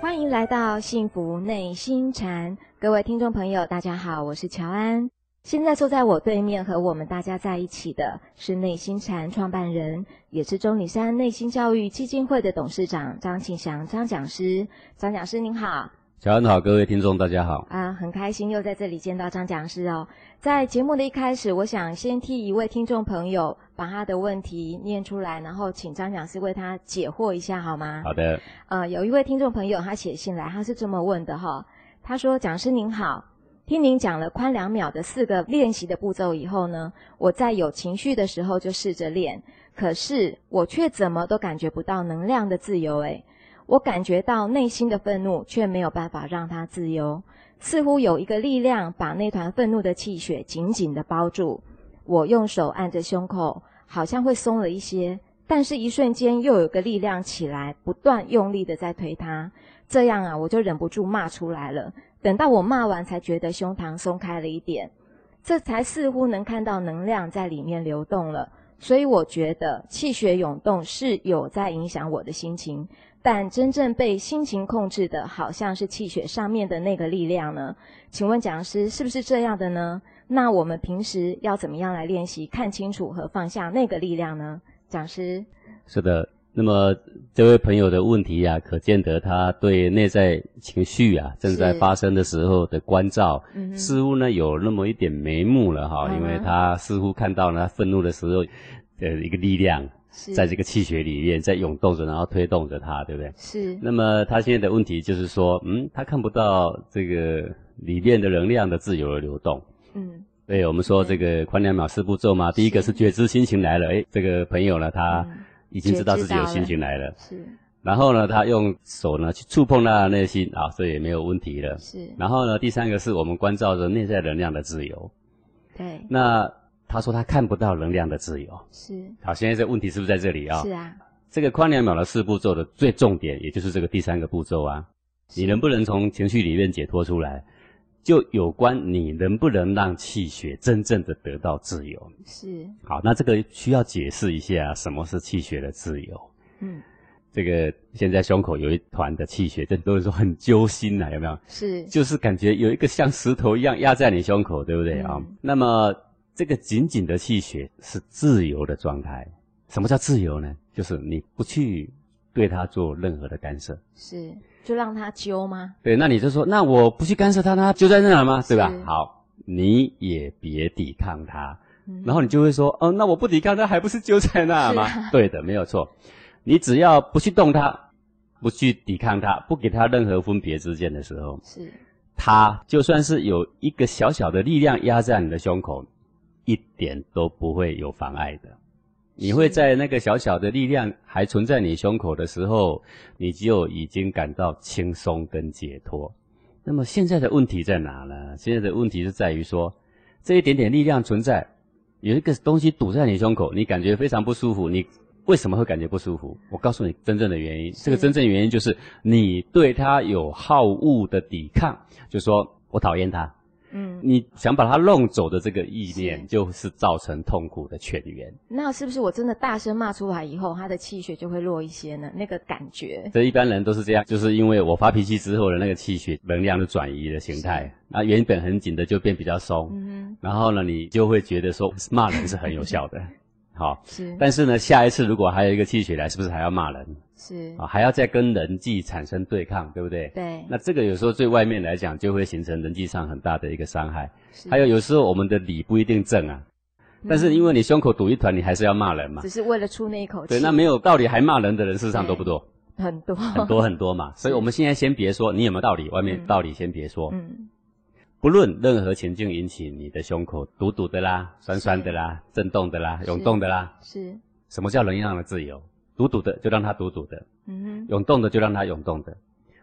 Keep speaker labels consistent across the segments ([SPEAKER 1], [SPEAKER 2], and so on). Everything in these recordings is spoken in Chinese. [SPEAKER 1] 欢迎来到幸福内心禅，各位听众朋友，大家好，我是乔安。现在坐在我对面和我们大家在一起的是内心禅创办人，也是钟里山内心教育基金会的董事长张庆祥张讲师。张讲师您好。
[SPEAKER 2] 小安好，各位听众大家好。
[SPEAKER 1] 啊，很开心又在这里见到张讲师哦。在节目的一开始，我想先替一位听众朋友把他的问题念出来，然后请张讲师为他解惑一下，好吗？
[SPEAKER 2] 好的，
[SPEAKER 1] 呃，有一位听众朋友他写信来，他是这么问的哈、他说：“讲师您好，听您讲了宽两秒的四个练习的步骤以后呢，我在有情绪的时候就试着练，可是我却怎么都感觉不到能量的自由。诶，我感觉到内心的愤怒，却没有办法让它自由，似乎有一个力量把那团愤怒的气血紧紧的包住。我用手按着胸口，好像会松了一些，但是一瞬间又有个力量起来，不断用力的在推它。这样啊，我就忍不住骂出来了。等到我骂完，才觉得胸膛松开了一点，这才似乎能看到能量在里面流动了。所以我觉得气血涌动是有在影响我的心情，但真正被心情控制的，好像是气血上面的那个力量呢。请问讲师是不是这样的呢？那我们平时要怎么样来练习看清楚和放下那个力量呢？讲师，
[SPEAKER 2] 是的。那么这位朋友的问题啊，可见得他对内在情绪啊正在发生的时候的关照，
[SPEAKER 1] 嗯哼
[SPEAKER 2] 似乎呢有那么一点眉目了哈、
[SPEAKER 1] 嗯哼
[SPEAKER 2] 因为他似乎看到呢愤怒的时候的一个力量，
[SPEAKER 1] 是
[SPEAKER 2] 在这个气血里面在涌动着，然后推动着他，对不对？
[SPEAKER 1] 是
[SPEAKER 2] 那么他现在的问题就是说，嗯，他看不到这个里面的能量的自由的流动。
[SPEAKER 1] 嗯
[SPEAKER 2] 对我们说这个宽两秒四步骤嘛，第一个是觉知心情来了，诶，这个朋友呢，他
[SPEAKER 1] 嗯
[SPEAKER 2] 已经知道自己有
[SPEAKER 1] 觉知到
[SPEAKER 2] 心情来了，
[SPEAKER 1] 是
[SPEAKER 2] 然后呢，他用手呢去触碰他的内心啊，这也没有问题了。
[SPEAKER 1] 是
[SPEAKER 2] 然后呢，第三个是我们关照着内在能量的自由。
[SPEAKER 1] 对
[SPEAKER 2] 那他说他看不到能量的自由，
[SPEAKER 1] 是
[SPEAKER 2] 好，现在这问题是不是在这里啊？
[SPEAKER 1] 是啊，
[SPEAKER 2] 这个宽两秒的四步骤的最重点，也就是这个第三个步骤啊，你能不能从情绪里面解脱出来？就有关你能不能让气血真正的得到自由。
[SPEAKER 1] 是
[SPEAKER 2] 好，那这个需要解释一下什么是气血的自由。
[SPEAKER 1] 嗯
[SPEAKER 2] 这个现在胸口有一团的气血，这都是说很揪心啊呐、有没有？
[SPEAKER 1] 是
[SPEAKER 2] 就是感觉有一个像石头一样压在你胸口，对不对啊、
[SPEAKER 1] 嗯
[SPEAKER 2] 那么这个紧紧的气血是自由的状态。什么叫自由呢？就是你不去对它做任何的干涉。
[SPEAKER 1] 是，就让他揪吗？
[SPEAKER 2] 对，那你就说，那我不去干涉它，它就在那儿吗？对吧
[SPEAKER 1] 是？
[SPEAKER 2] 好，你也别抵抗它。
[SPEAKER 1] 嗯
[SPEAKER 2] 然后你就会说，哦，那我不抵抗，它还不是就在那儿吗？对的，没有错。你只要不去动它，不去抵抗它，不给它任何分别之见的时候，
[SPEAKER 1] 是
[SPEAKER 2] 它就算是有一个小小的力量压在你的胸口，一点都不会有妨碍的。你会在那个小小的力量还存在你胸口的时候，你就已经感到轻松跟解脱。那么现在的问题在哪呢？现在的问题是在于说，这一点点力量存在，有一个东西堵在你胸口，你感觉非常不舒服。你为什么会感觉不舒服？我告诉你真正的原因。
[SPEAKER 1] 是
[SPEAKER 2] 这个真正原因就是你对它有好恶的抵抗，就说我讨厌它，
[SPEAKER 1] 嗯，
[SPEAKER 2] 你想把它弄走的这个意念，
[SPEAKER 1] 是
[SPEAKER 2] 就是造成痛苦的泉源。
[SPEAKER 1] 那是不是我真的大声骂出来以后，他的气血就会弱一些呢？那个感觉
[SPEAKER 2] 这一般人都是这样，就是因为我发脾气之后的那个气血能量的转移的形态，那原本很紧的就变比较松，
[SPEAKER 1] 嗯
[SPEAKER 2] 然后呢，你就会觉得说骂人是很有 效的。好，
[SPEAKER 1] 哼，是
[SPEAKER 2] 但是呢，下一次如果还有一个气血来，是不是还要骂人
[SPEAKER 1] 是，
[SPEAKER 2] 啊？还要再跟人际产生对抗，对不对？
[SPEAKER 1] 对，
[SPEAKER 2] 那这个有时候对外面来讲，就会形成人际上很大的一个伤害。
[SPEAKER 1] 是
[SPEAKER 2] 还有有时候我们的理不一定正啊，但是因为你胸口堵一团，你还是要骂人
[SPEAKER 1] 嗯
[SPEAKER 2] 嘛
[SPEAKER 1] 只。是为了出那一口气，
[SPEAKER 2] 对，那没有道理还骂人的人，事实上多不多？
[SPEAKER 1] 很多
[SPEAKER 2] 很，多很多嘛。所以我们现在先别说你有没有道理，外面道理先别说。
[SPEAKER 1] 嗯，
[SPEAKER 2] 不论任何情境引起你的胸口堵堵的啦、酸酸的啦、震动的啦、
[SPEAKER 1] 是
[SPEAKER 2] 涌动的啦，
[SPEAKER 1] 是，
[SPEAKER 2] 什么叫能量的自由？堵堵的就让它堵堵的，
[SPEAKER 1] 嗯哼，
[SPEAKER 2] 涌动的就让它涌动的。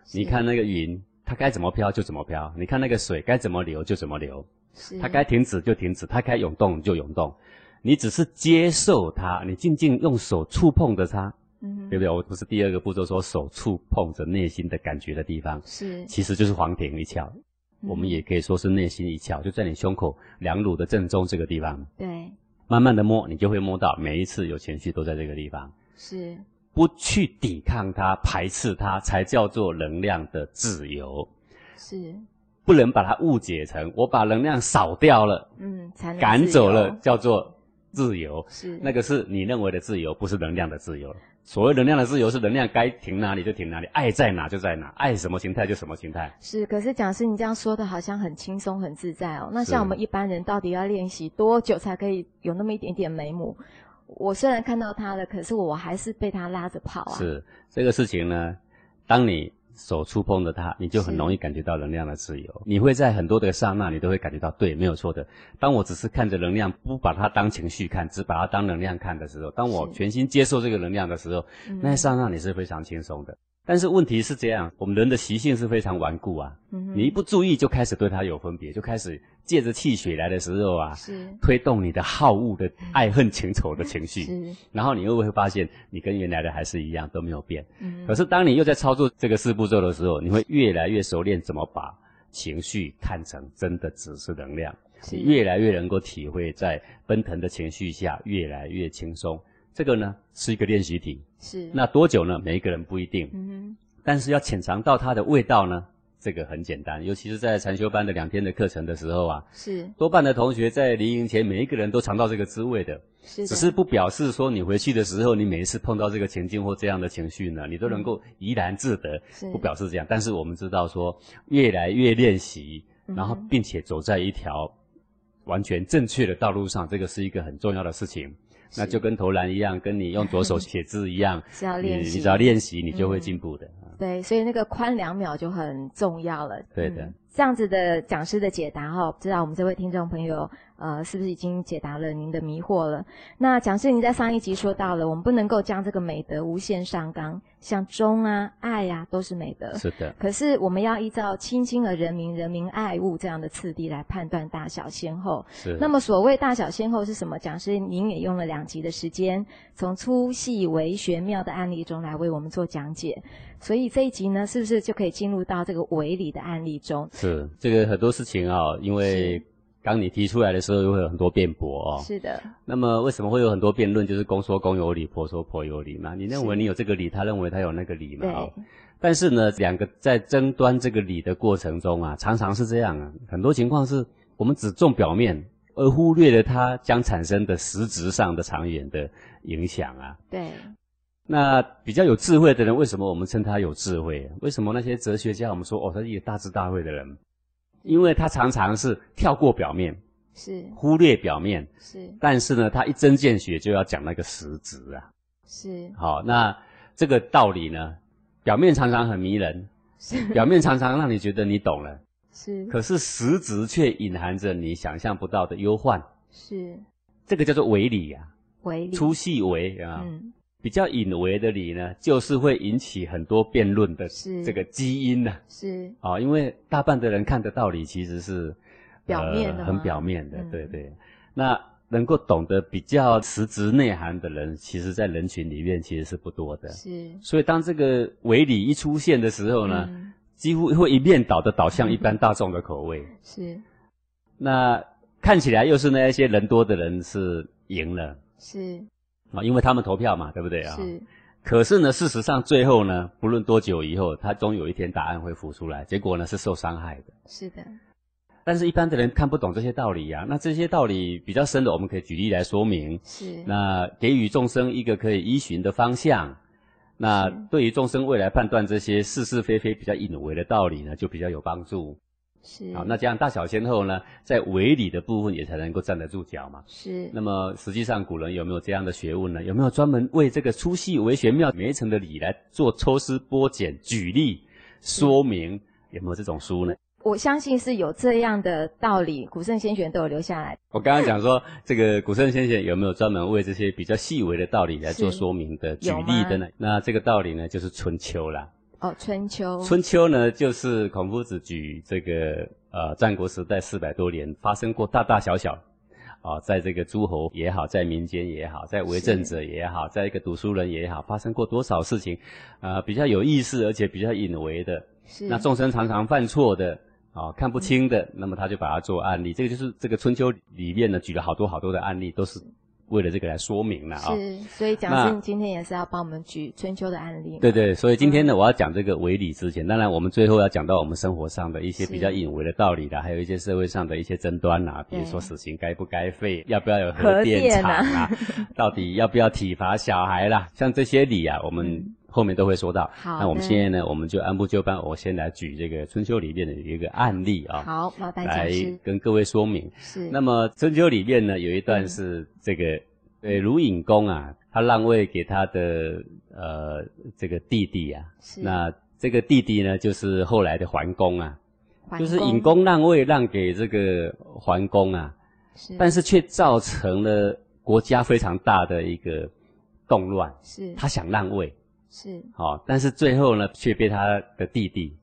[SPEAKER 1] 是
[SPEAKER 2] 你看那个云，它该怎么飘就怎么飘；你看那个水该怎么流就怎么流，
[SPEAKER 1] 是
[SPEAKER 2] 它该停止就停止，它该涌动就涌动。你只是接受它，你静静用手触碰着它，
[SPEAKER 1] 嗯哼
[SPEAKER 2] 对不对？我不是第二个步骤说手触碰着内心的感觉的地方，
[SPEAKER 1] 是，
[SPEAKER 2] 其实就是黄庭一窍，
[SPEAKER 1] 嗯
[SPEAKER 2] 我们也可以说是内心一窍，就在你胸口两乳的正中这个地方，
[SPEAKER 1] 对
[SPEAKER 2] 慢慢的摸，你就会摸到每一次有情绪都在这个地方。
[SPEAKER 1] 是
[SPEAKER 2] 不去抵抗它、排斥它，才叫做能量的自由。
[SPEAKER 1] 是，
[SPEAKER 2] 不能把它误解成我把能量扫掉了、
[SPEAKER 1] 嗯，才能
[SPEAKER 2] 赶
[SPEAKER 1] 自
[SPEAKER 2] 走了
[SPEAKER 1] 由，
[SPEAKER 2] 叫做自由。
[SPEAKER 1] 是
[SPEAKER 2] 那个是你认为的自由，不是能量的自由。所谓能量的自由是能量该停哪里就停哪里，爱在哪就在哪，爱什么形态就什么形态。
[SPEAKER 1] 是，可是讲师，你这样说的好像很轻松、很自在哦。那
[SPEAKER 2] 是
[SPEAKER 1] 像我们一般人，到底要练习多久才可以有那么一点点眉目？我虽然看到他了，可是我还是被他拉着跑啊。，
[SPEAKER 2] 是这个事情呢，当你手触碰着它，你就很
[SPEAKER 1] 是
[SPEAKER 2] 容易感觉到能量的自由。你会在很多的刹那，你都会感觉到对，没有错的。当我只是看着能量，不把它当情绪看，只把它当能量看的时候，当我
[SPEAKER 1] 是
[SPEAKER 2] 全心接受这个能量的时候，
[SPEAKER 1] 嗯
[SPEAKER 2] 那一刹那你是非常轻松的。但是问题是这样，我们人的习性是非常顽固啊，
[SPEAKER 1] 嗯哼
[SPEAKER 2] 你一不注意就开始对它有分别，就开始借着气血来的时候啊，
[SPEAKER 1] 是
[SPEAKER 2] 推动你的好恶的爱恨情仇的情绪，
[SPEAKER 1] 是，
[SPEAKER 2] 然后你又会发现你跟原来的还是一样都没有变。
[SPEAKER 1] 嗯
[SPEAKER 2] 可是当你又在操作这个四步骤的时候，你会越来越熟练怎么把情绪看成真的只是能量，
[SPEAKER 1] 是
[SPEAKER 2] 你越来越能够体会在奔腾的情绪下越来越轻松。这个呢是一个练习题，
[SPEAKER 1] 是
[SPEAKER 2] 那多久呢？每一个人不一定，
[SPEAKER 1] 嗯
[SPEAKER 2] 但是要浅尝到它的味道呢，这个很简单。尤其是在禅修班的两天的课程的时候啊
[SPEAKER 1] 哼，是
[SPEAKER 2] 多半的同学在离营前，每一个人都尝到这个滋味的。
[SPEAKER 1] 是的，
[SPEAKER 2] 只是不表示说你回去的时候，你每一次碰到这个情境或这样的情绪呢，你都
[SPEAKER 1] 嗯
[SPEAKER 2] 能够怡然自得，
[SPEAKER 1] 是
[SPEAKER 2] 不表示这样。但是我们知道说，越来越练习，
[SPEAKER 1] 嗯哼，
[SPEAKER 2] 然后并且走在一条完全正确的道路上，这个是一个很重要的事情。那就跟投篮一样，跟你用左手写字一样
[SPEAKER 1] 是要
[SPEAKER 2] 你
[SPEAKER 1] 练习，
[SPEAKER 2] 你只要练习，你就
[SPEAKER 1] 嗯
[SPEAKER 2] 会进步的。
[SPEAKER 1] 对，所以那个宽两秒就很重要了。嗯
[SPEAKER 2] 对的
[SPEAKER 1] 这样子的讲师的解答哈、不知道我们这位听众朋友呃是不是已经解答了您的迷惑了？那讲师您在上一集说到了，我们不能够将这个美德无限上纲，像忠啊、爱啊都是美德。
[SPEAKER 2] 是的，
[SPEAKER 1] 可是我们要依照亲亲而人民、人民爱物这样的次第来判断大小先后。
[SPEAKER 2] 是。
[SPEAKER 1] 那么所谓大小先后是什么？讲师您也用了两集的时间，从粗细为玄妙的案例中来为我们做讲解。所以这一集呢，是不是就可以进入到这个为理的案例中？
[SPEAKER 2] 是这个很多事情啊、因为
[SPEAKER 1] 是
[SPEAKER 2] 刚你提出来的时候，会有很多辩驳哦。
[SPEAKER 1] 是的，
[SPEAKER 2] 那么为什么会有很多辩论？就是公说公有理，婆说婆有理嘛。你认为
[SPEAKER 1] 是
[SPEAKER 2] 你有这个理，他认为他有那个理嘛。
[SPEAKER 1] 对，
[SPEAKER 2] 哦但是呢，两个在争端这个理的过程中啊，常常是这样啊。很多情况是我们只重表面，而忽略了它将产生的实质上的长远的影响啊。
[SPEAKER 1] 对，
[SPEAKER 2] 那比较有智慧的人，为什么我们称他有智慧？为什么那些哲学家我们说哦，他是一个大智大慧的人？因为他常常是跳过表面，
[SPEAKER 1] 是
[SPEAKER 2] 忽略表面，
[SPEAKER 1] 是
[SPEAKER 2] 但是呢，他一针见血就要讲那个实质啊。
[SPEAKER 1] 是
[SPEAKER 2] 好，那这个道理呢，表面常常很迷人，
[SPEAKER 1] 是
[SPEAKER 2] 表面常常让你觉得你懂了，
[SPEAKER 1] 是
[SPEAKER 2] 可是实质却隐含着你想象不到的忧患。
[SPEAKER 1] 是
[SPEAKER 2] 这个叫做为理啊，
[SPEAKER 1] 为理，
[SPEAKER 2] 粗细为啊，
[SPEAKER 1] 嗯，
[SPEAKER 2] 比较隐微的理呢，就是会引起很多辩论的
[SPEAKER 1] 是
[SPEAKER 2] 这个基因呢、
[SPEAKER 1] 是
[SPEAKER 2] 啊，因为大半的人看的道理其实是呃
[SPEAKER 1] 表面的
[SPEAKER 2] 很
[SPEAKER 1] 吗
[SPEAKER 2] 表面的，
[SPEAKER 1] 嗯
[SPEAKER 2] 对对。那能够懂得比较实质内涵的人，其实在人群里面其实是不多的。
[SPEAKER 1] 是，
[SPEAKER 2] 所以当这个围理一出现的时候呢，
[SPEAKER 1] 嗯
[SPEAKER 2] 几乎会一面倒的导向一般大众的口味。
[SPEAKER 1] 是
[SPEAKER 2] 那看起来又是那一些人多的人是赢了
[SPEAKER 1] 是
[SPEAKER 2] 啊，因为他们投票嘛，对不对啊？
[SPEAKER 1] 是
[SPEAKER 2] 可是呢，事实上最后呢，不论多久以后，他终有一天答案会浮出来，结果呢是受伤害的。
[SPEAKER 1] 是的，
[SPEAKER 2] 但是，一般的人看不懂这些道理啊。那这些道理比较深的，我们可以举例来说明。嗯
[SPEAKER 1] 是
[SPEAKER 2] 那给予众生一个可以依循的方向。那
[SPEAKER 1] 是
[SPEAKER 2] 对于众生未来判断这些是是非非比较隐微的道理呢，就比较有帮助。啊
[SPEAKER 1] 是
[SPEAKER 2] 好，那这样大小先后呢，在为理的部分也才能够站得住脚嘛。
[SPEAKER 1] 是
[SPEAKER 2] 那么实际上古人有没有这样的学问呢？有没有专门为这个粗细为玄妙每一层的理来做抽丝剥茧、举例说明？有没有这种书呢？
[SPEAKER 1] 我相信是有这样的道理，古圣先贤都有留下来。
[SPEAKER 2] 我刚刚讲说，这个古圣先贤有没有专门为这些比较细微的道理来做
[SPEAKER 1] 是
[SPEAKER 2] 说明的、举
[SPEAKER 1] 有
[SPEAKER 2] 例的
[SPEAKER 1] 吗
[SPEAKER 2] 呢？那这个道理呢，就是春秋啦。
[SPEAKER 1] 哦，春秋
[SPEAKER 2] 春秋呢，就是孔夫子举这个呃战国时代四百多年发生过大大小小啊、在这个诸侯也好，在民间也好，在为政者也好，在一个读书人也好，发生过多少事情，啊、比较有意思而且比较隐微的，
[SPEAKER 1] 是
[SPEAKER 2] 那众生常常犯错的啊、看不清的，那么他就把它做案例。这个就是这个春秋里面呢举了好多好多的案例，都是为了这个来说明了啊、
[SPEAKER 1] 是，所以讲师
[SPEAKER 2] 那
[SPEAKER 1] 你今天也是要帮我们举春秋的案例嘛。
[SPEAKER 2] 对对，所以今天呢，我要讲这个为理之前，当然我们最后要讲到我们生活上的一些
[SPEAKER 1] 是
[SPEAKER 2] 比较隐微的道理啦，还有一些社会上的一些争端啦，比如
[SPEAKER 1] 对
[SPEAKER 2] 说死刑该不该废，要不要有
[SPEAKER 1] 核
[SPEAKER 2] 核
[SPEAKER 1] 电
[SPEAKER 2] 电厂
[SPEAKER 1] 啊
[SPEAKER 2] 啊，到底要不要体罚小孩啦，像这些理啊，我们
[SPEAKER 1] 嗯
[SPEAKER 2] 后面都会说到。
[SPEAKER 1] 好
[SPEAKER 2] 那我们
[SPEAKER 1] 的
[SPEAKER 2] 现在呢，我们就按部就班，我先来举这个《春秋》里面的一个案例啊、
[SPEAKER 1] 好，麻烦讲
[SPEAKER 2] 来
[SPEAKER 1] 师
[SPEAKER 2] 跟各位说明。
[SPEAKER 1] 是。嗯
[SPEAKER 2] 那么《春秋》里面呢，有一段是这个，呃，鲁隐公啊，他让位给他的呃这个弟弟啊，
[SPEAKER 1] 是
[SPEAKER 2] 那这个弟弟呢，就是后来的桓公啊，
[SPEAKER 1] 桓
[SPEAKER 2] 就是
[SPEAKER 1] 公
[SPEAKER 2] 隐公让位让给这个桓公啊，
[SPEAKER 1] 是，
[SPEAKER 2] 但是却造成了国家非常大的一个动乱。
[SPEAKER 1] 是
[SPEAKER 2] 他想让位，
[SPEAKER 1] 是，
[SPEAKER 2] 好、但是最后呢，却被他的弟弟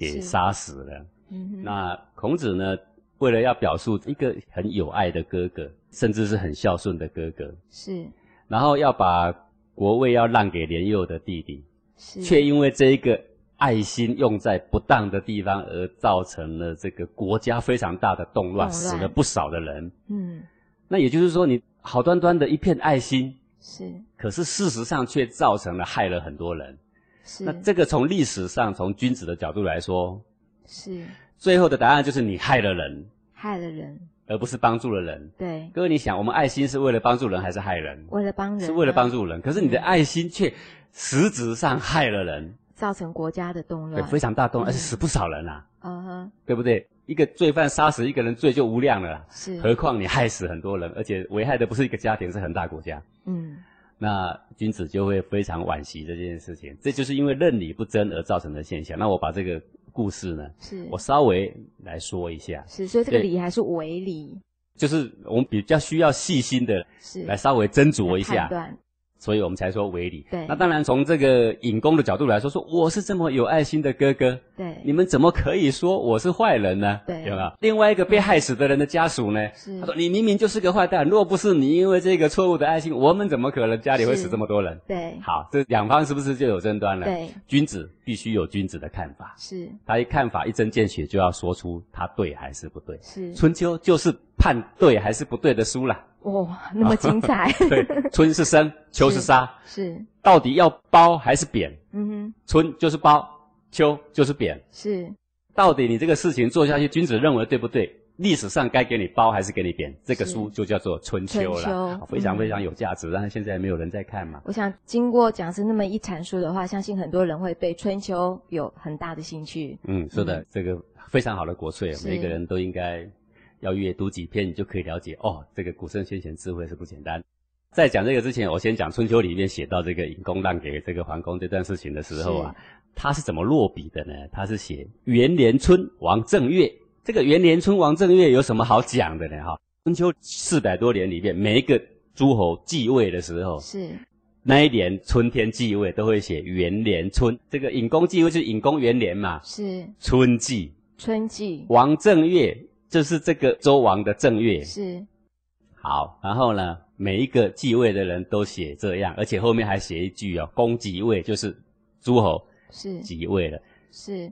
[SPEAKER 1] 是
[SPEAKER 2] 给杀死了。
[SPEAKER 1] 嗯哼，
[SPEAKER 2] 那孔子呢，为了要表述一个很有爱的哥哥，甚至是很孝顺的哥哥，
[SPEAKER 1] 是
[SPEAKER 2] 然后要把国位要让给年幼的弟弟，
[SPEAKER 1] 是
[SPEAKER 2] 却因为这一个爱心用在不当的地方，而造成了这个国家非常大的动
[SPEAKER 1] 动
[SPEAKER 2] 乱，
[SPEAKER 1] 乱
[SPEAKER 2] 死了不少的人。
[SPEAKER 1] 嗯
[SPEAKER 2] 那也就是说，你好端端的一片爱心，
[SPEAKER 1] 是
[SPEAKER 2] 可是事实上却造成了害了很多人。
[SPEAKER 1] 是
[SPEAKER 2] 那这个从历史上，从君子的角度来说，
[SPEAKER 1] 是
[SPEAKER 2] 最后的答案就是你害了人，
[SPEAKER 1] 害了人，
[SPEAKER 2] 而不是帮助了人。
[SPEAKER 1] 对，
[SPEAKER 2] 各位，你想，我们爱心是为了帮助人还是害人？
[SPEAKER 1] 为了帮人
[SPEAKER 2] 是为了
[SPEAKER 1] 啊
[SPEAKER 2] 帮助人，可是你的爱心却实质上害了人，
[SPEAKER 1] 造成国家的动
[SPEAKER 2] 对，
[SPEAKER 1] 乱，
[SPEAKER 2] 非常大动，
[SPEAKER 1] 嗯
[SPEAKER 2] 而且死不少人啊，
[SPEAKER 1] 嗯哼
[SPEAKER 2] 对不对？一个罪犯杀死一个人，罪就无量了啦，
[SPEAKER 1] 是
[SPEAKER 2] 何况你害死很多人，而且危害的不是一个家庭，是很大国家。
[SPEAKER 1] 嗯
[SPEAKER 2] 那君子就会非常惋惜这件事情，这就是因为认理不争而造成的现象。那我把这个故事呢，
[SPEAKER 1] 是
[SPEAKER 2] 我稍微来说一下，
[SPEAKER 1] 是，所以这个
[SPEAKER 2] 对
[SPEAKER 1] 理还是为理
[SPEAKER 2] 就是我们比较需要细心的
[SPEAKER 1] 是
[SPEAKER 2] 来稍微斟酌
[SPEAKER 1] 来
[SPEAKER 2] 一下
[SPEAKER 1] 判，断
[SPEAKER 2] 所以我们才说为理。
[SPEAKER 1] 对
[SPEAKER 2] 那当然从这个隐公的角度来说，说我是这么有爱心的哥哥，你
[SPEAKER 1] 对
[SPEAKER 2] 们怎么可以说我是坏人呢？
[SPEAKER 1] 对嗯
[SPEAKER 2] 有没有？另外一个被害死的人的家属呢？
[SPEAKER 1] 是
[SPEAKER 2] 他说你明明就是个坏蛋，若不是你因为这个错误的爱心，我们怎么可能家里会
[SPEAKER 1] 是
[SPEAKER 2] 死这么多人？
[SPEAKER 1] 对
[SPEAKER 2] 好，这两方是不是就有争端
[SPEAKER 1] 嗯
[SPEAKER 2] 了？
[SPEAKER 1] 对
[SPEAKER 2] 君子必须有君子的看法，
[SPEAKER 1] 是
[SPEAKER 2] 他一看法一针见血，就要说出他对还是不对。
[SPEAKER 1] 是
[SPEAKER 2] 春秋就是判对还是不对的书啦。
[SPEAKER 1] 哇那么精彩
[SPEAKER 2] 对，春是生，秋是杀，
[SPEAKER 1] 是
[SPEAKER 2] 到底要褒还是贬？
[SPEAKER 1] 嗯哼
[SPEAKER 2] 春就是褒，秋就是贬。
[SPEAKER 1] 是
[SPEAKER 2] 到底你这个事情做下去，君子认为对不对？历史上该给你褒还是给你贬？这个
[SPEAKER 1] 是
[SPEAKER 2] 书就叫做《春秋》
[SPEAKER 1] 春秋
[SPEAKER 2] 啦，好非常
[SPEAKER 1] 嗯
[SPEAKER 2] 非常有价值。但是现在没有人在看嘛。
[SPEAKER 1] 我想经过讲师那么一阐述的话，相信很多人会对春秋有很大的兴趣。
[SPEAKER 2] 嗯，是的，这个非常好的国粹，啊
[SPEAKER 1] 是
[SPEAKER 2] 每个人都应该要阅读几篇，你就可以了解哦，这个古圣先贤智慧是不简单。在讲这个之前，我先讲《春秋》里面写到这个隐公让给这个桓公这段事情的时候啊，他是怎么落笔的呢？他是写元年春王正月，这个元年春王正月有什么好讲的呢？哈，春秋四百多年里面，每一个诸侯继位的时候，
[SPEAKER 1] 是
[SPEAKER 2] 那一年春天继位都会写元年春，这个隐公继位就是隐公元年嘛，
[SPEAKER 1] 是
[SPEAKER 2] 春季，
[SPEAKER 1] 春季
[SPEAKER 2] 王正月就是这个周王的正月。
[SPEAKER 1] 是
[SPEAKER 2] 好，然后呢，每一个继位的人都写这样，而且后面还写一句哦，公即位就是诸侯
[SPEAKER 1] 是
[SPEAKER 2] 即位了。
[SPEAKER 1] 是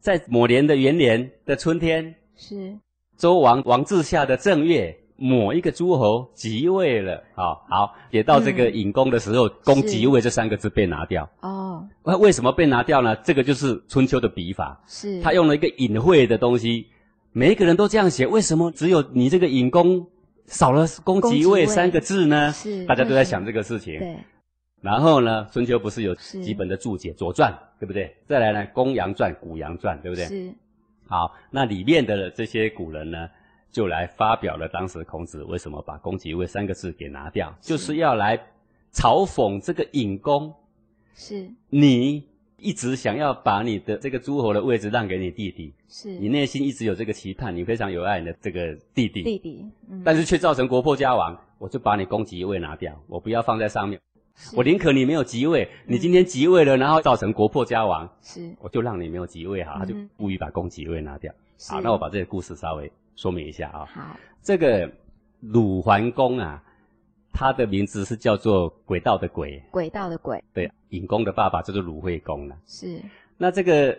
[SPEAKER 2] 在某年的元年的春天，
[SPEAKER 1] 是
[SPEAKER 2] 周王王治下的正月，某一个诸侯即位了。好好，写到这个
[SPEAKER 1] 嗯
[SPEAKER 2] 隐公的时候，公
[SPEAKER 1] 是
[SPEAKER 2] 即位这三个字被拿掉。
[SPEAKER 1] 哦
[SPEAKER 2] 那为什么被拿掉呢？这个就是春秋的笔法。
[SPEAKER 1] 是
[SPEAKER 2] 他用了一个隐晦的东西，每一个人都这样写，为什么只有你这个隐公少了“公
[SPEAKER 1] 公
[SPEAKER 2] 即
[SPEAKER 1] 即位
[SPEAKER 2] 位”三个字呢？
[SPEAKER 1] 是
[SPEAKER 2] 大家都在想这个事情。
[SPEAKER 1] 对
[SPEAKER 2] 然后呢，春秋不是有
[SPEAKER 1] 是
[SPEAKER 2] 几本的注解，《左传》对不对？再来呢，《公羊传》《古羊传》对不对？
[SPEAKER 1] 是
[SPEAKER 2] 好，那里面的这些古人呢，就来发表了当时孔子为什么把“公即位”三个字给拿掉，就是要来嘲讽这个隐公，
[SPEAKER 1] 是
[SPEAKER 2] 你一直想要把你的这个诸侯的位置让给你弟弟。
[SPEAKER 1] 是
[SPEAKER 2] 你内心一直有这个期盼，你非常有爱你的这个弟弟，
[SPEAKER 1] 弟弟，嗯
[SPEAKER 2] 但是却造成国破家亡，我就把你公爵位拿掉，我不要放在上面，
[SPEAKER 1] 是
[SPEAKER 2] 我宁可你没有即位，你今天即位了，然后造成国破家亡，
[SPEAKER 1] 是
[SPEAKER 2] 我就让你没有即位好，他就
[SPEAKER 1] 嗯哼
[SPEAKER 2] 故意把公爵位拿掉。
[SPEAKER 1] 是
[SPEAKER 2] 好，那我把这个故事稍微说明一下啊，
[SPEAKER 1] 好
[SPEAKER 2] 这个鲁桓公啊，他的名字是叫做轨道的轨，
[SPEAKER 1] 轨道的轨
[SPEAKER 2] 对，隐公的爸爸叫做鲁惠公了。
[SPEAKER 1] 是
[SPEAKER 2] 那这个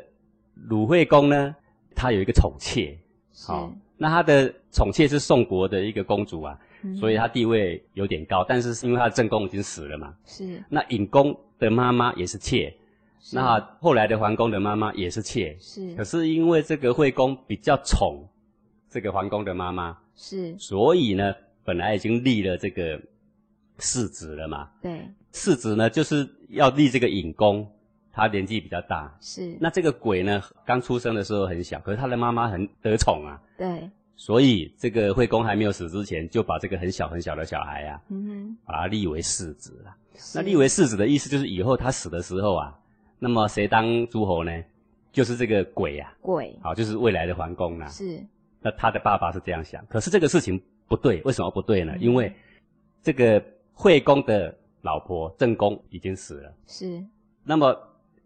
[SPEAKER 2] 鲁惠公呢，他有一个宠妾。
[SPEAKER 1] 是
[SPEAKER 2] 好、那他的宠妾是宋国的一个公主啊，
[SPEAKER 1] 嗯
[SPEAKER 2] 所以他地位有点高，但是是因为他的正宫已经死了嘛。
[SPEAKER 1] 是
[SPEAKER 2] 那隐公的妈妈也是妾，
[SPEAKER 1] 是
[SPEAKER 2] 那后来的桓公的妈妈也是妾，可
[SPEAKER 1] 是
[SPEAKER 2] 是因为这个惠公比较宠这个桓公的妈妈，
[SPEAKER 1] 是，
[SPEAKER 2] 所以呢，本来已经立了这个世子了嘛。
[SPEAKER 1] 对，
[SPEAKER 2] 世子呢，就是要立这个隐公，他年纪比较大。
[SPEAKER 1] 是
[SPEAKER 2] 那这个鬼呢，刚出生的时候很小，可是他的妈妈很得宠啊，
[SPEAKER 1] 对，
[SPEAKER 2] 所以这个惠公还没有死之前，就把这个很小很小的小孩啊，
[SPEAKER 1] 嗯
[SPEAKER 2] 把他立为世子了。
[SPEAKER 1] 哼，是
[SPEAKER 2] 那立为世子的意思就是以后他死的时候啊，那么谁当诸侯呢？就是这个鬼啊，
[SPEAKER 1] 鬼
[SPEAKER 2] 好，就是未来的桓公啦、
[SPEAKER 1] 是
[SPEAKER 2] 那他的爸爸是这样想，可是这个事情不对，为什么不对呢？
[SPEAKER 1] 嗯
[SPEAKER 2] 因为这个惠公的老婆郑公已经死了，
[SPEAKER 1] 是
[SPEAKER 2] 那么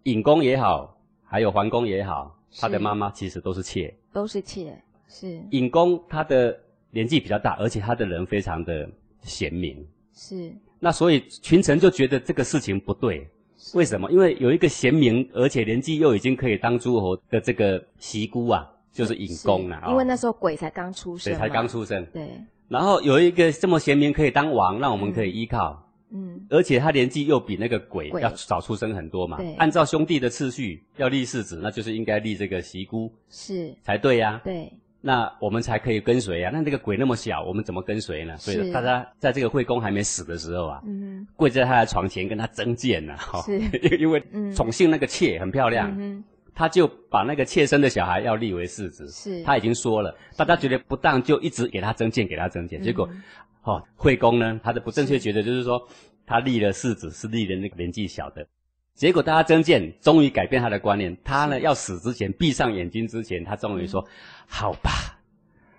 [SPEAKER 2] 隐公也好，还有桓公也好，
[SPEAKER 1] 是
[SPEAKER 2] 他的妈妈其实都是妾。
[SPEAKER 1] 都是妾，是
[SPEAKER 2] 隐公他的年纪比较大，而且他的人非常的贤明，
[SPEAKER 1] 是
[SPEAKER 2] 那所以群臣就觉得这个事情不对。
[SPEAKER 1] 是
[SPEAKER 2] 为什么？因为有一个贤明，而且年纪又已经可以当诸侯的这个席姑啊，就是隐公了、啊。
[SPEAKER 1] 因为那
[SPEAKER 2] 哦
[SPEAKER 1] 时候鬼才刚出生
[SPEAKER 2] 对
[SPEAKER 1] 嘛，
[SPEAKER 2] 才刚出生，
[SPEAKER 1] 对，
[SPEAKER 2] 然后有一个这么贤明可以当王，让我们可以依靠，
[SPEAKER 1] 嗯
[SPEAKER 2] 而且他年纪又比那个鬼
[SPEAKER 1] 鬼
[SPEAKER 2] 要早出生很多嘛
[SPEAKER 1] 对。
[SPEAKER 2] 按照兄弟的次序要立世子，那就是应该立这个席姑
[SPEAKER 1] 是，
[SPEAKER 2] 才对啊呀、
[SPEAKER 1] 对
[SPEAKER 2] 那我们才可以跟随呀、那那个鬼那么小，我们怎么跟随呢？所
[SPEAKER 1] 是
[SPEAKER 2] 以大家在这个惠公还没死的时候啊，
[SPEAKER 1] 嗯
[SPEAKER 2] 跪在他的床前跟他争剑呐、哈，
[SPEAKER 1] 是
[SPEAKER 2] 因为
[SPEAKER 1] 嗯
[SPEAKER 2] 宠幸那个妾很漂亮，
[SPEAKER 1] 嗯
[SPEAKER 2] 他就把那个妾生的小孩要立为世子。
[SPEAKER 1] 哼是
[SPEAKER 2] 他已经说了，大家觉得不当就一直给他增建，给他增建，结果
[SPEAKER 1] 嗯
[SPEAKER 2] 哦，惠公呢，他的不正确觉得就是说，他立了世子是立了那个年纪小的，结果大家增建，终于改变他的观念。他呢要死之前，闭上眼睛之前，他终于说：“好吧，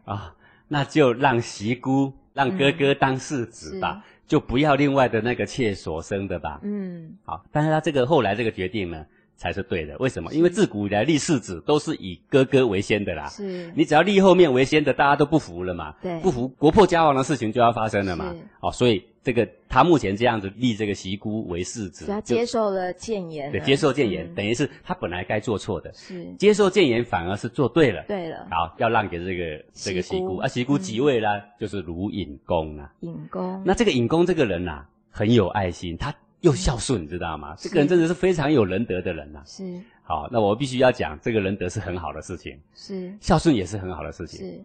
[SPEAKER 2] 啊，那就让席姑让哥哥当世子吧，就不要另外的那个妾所生的吧。
[SPEAKER 1] 嗯
[SPEAKER 2] 好，但是他这个后来这个决定呢，才是对的。为什么？因为自古以来立世子都是以哥哥为先的啦。
[SPEAKER 1] 是
[SPEAKER 2] 啊你只要立后面为先的，大家都不服了嘛。
[SPEAKER 1] 对
[SPEAKER 2] 不服国破家亡的事情就要发生了嘛
[SPEAKER 1] 是。
[SPEAKER 2] 哦，所以这个他目前这样子立这个席姑为世子，
[SPEAKER 1] 只要
[SPEAKER 2] 就
[SPEAKER 1] 啊接受了谏言了，
[SPEAKER 2] 对接受谏言，
[SPEAKER 1] 嗯
[SPEAKER 2] 等于是他本来该做错的，
[SPEAKER 1] 是
[SPEAKER 2] 接啊受谏言反而是做对了。
[SPEAKER 1] 对嗯了，
[SPEAKER 2] 好，要让给这个这个
[SPEAKER 1] 席
[SPEAKER 2] 席
[SPEAKER 1] 姑
[SPEAKER 2] 姑啊，席姑即位啦，就是鲁隐公啦、
[SPEAKER 1] 引弓
[SPEAKER 2] 那这个隐公这个人呐、很有爱心，他又孝顺，你知道
[SPEAKER 1] 嗯
[SPEAKER 2] 吗？这个人真的是非常有仁德的人呐、
[SPEAKER 1] 是
[SPEAKER 2] 好，那我必须要讲，这个仁德是很好的事情，
[SPEAKER 1] 是
[SPEAKER 2] 孝顺也是很好的事情。
[SPEAKER 1] 是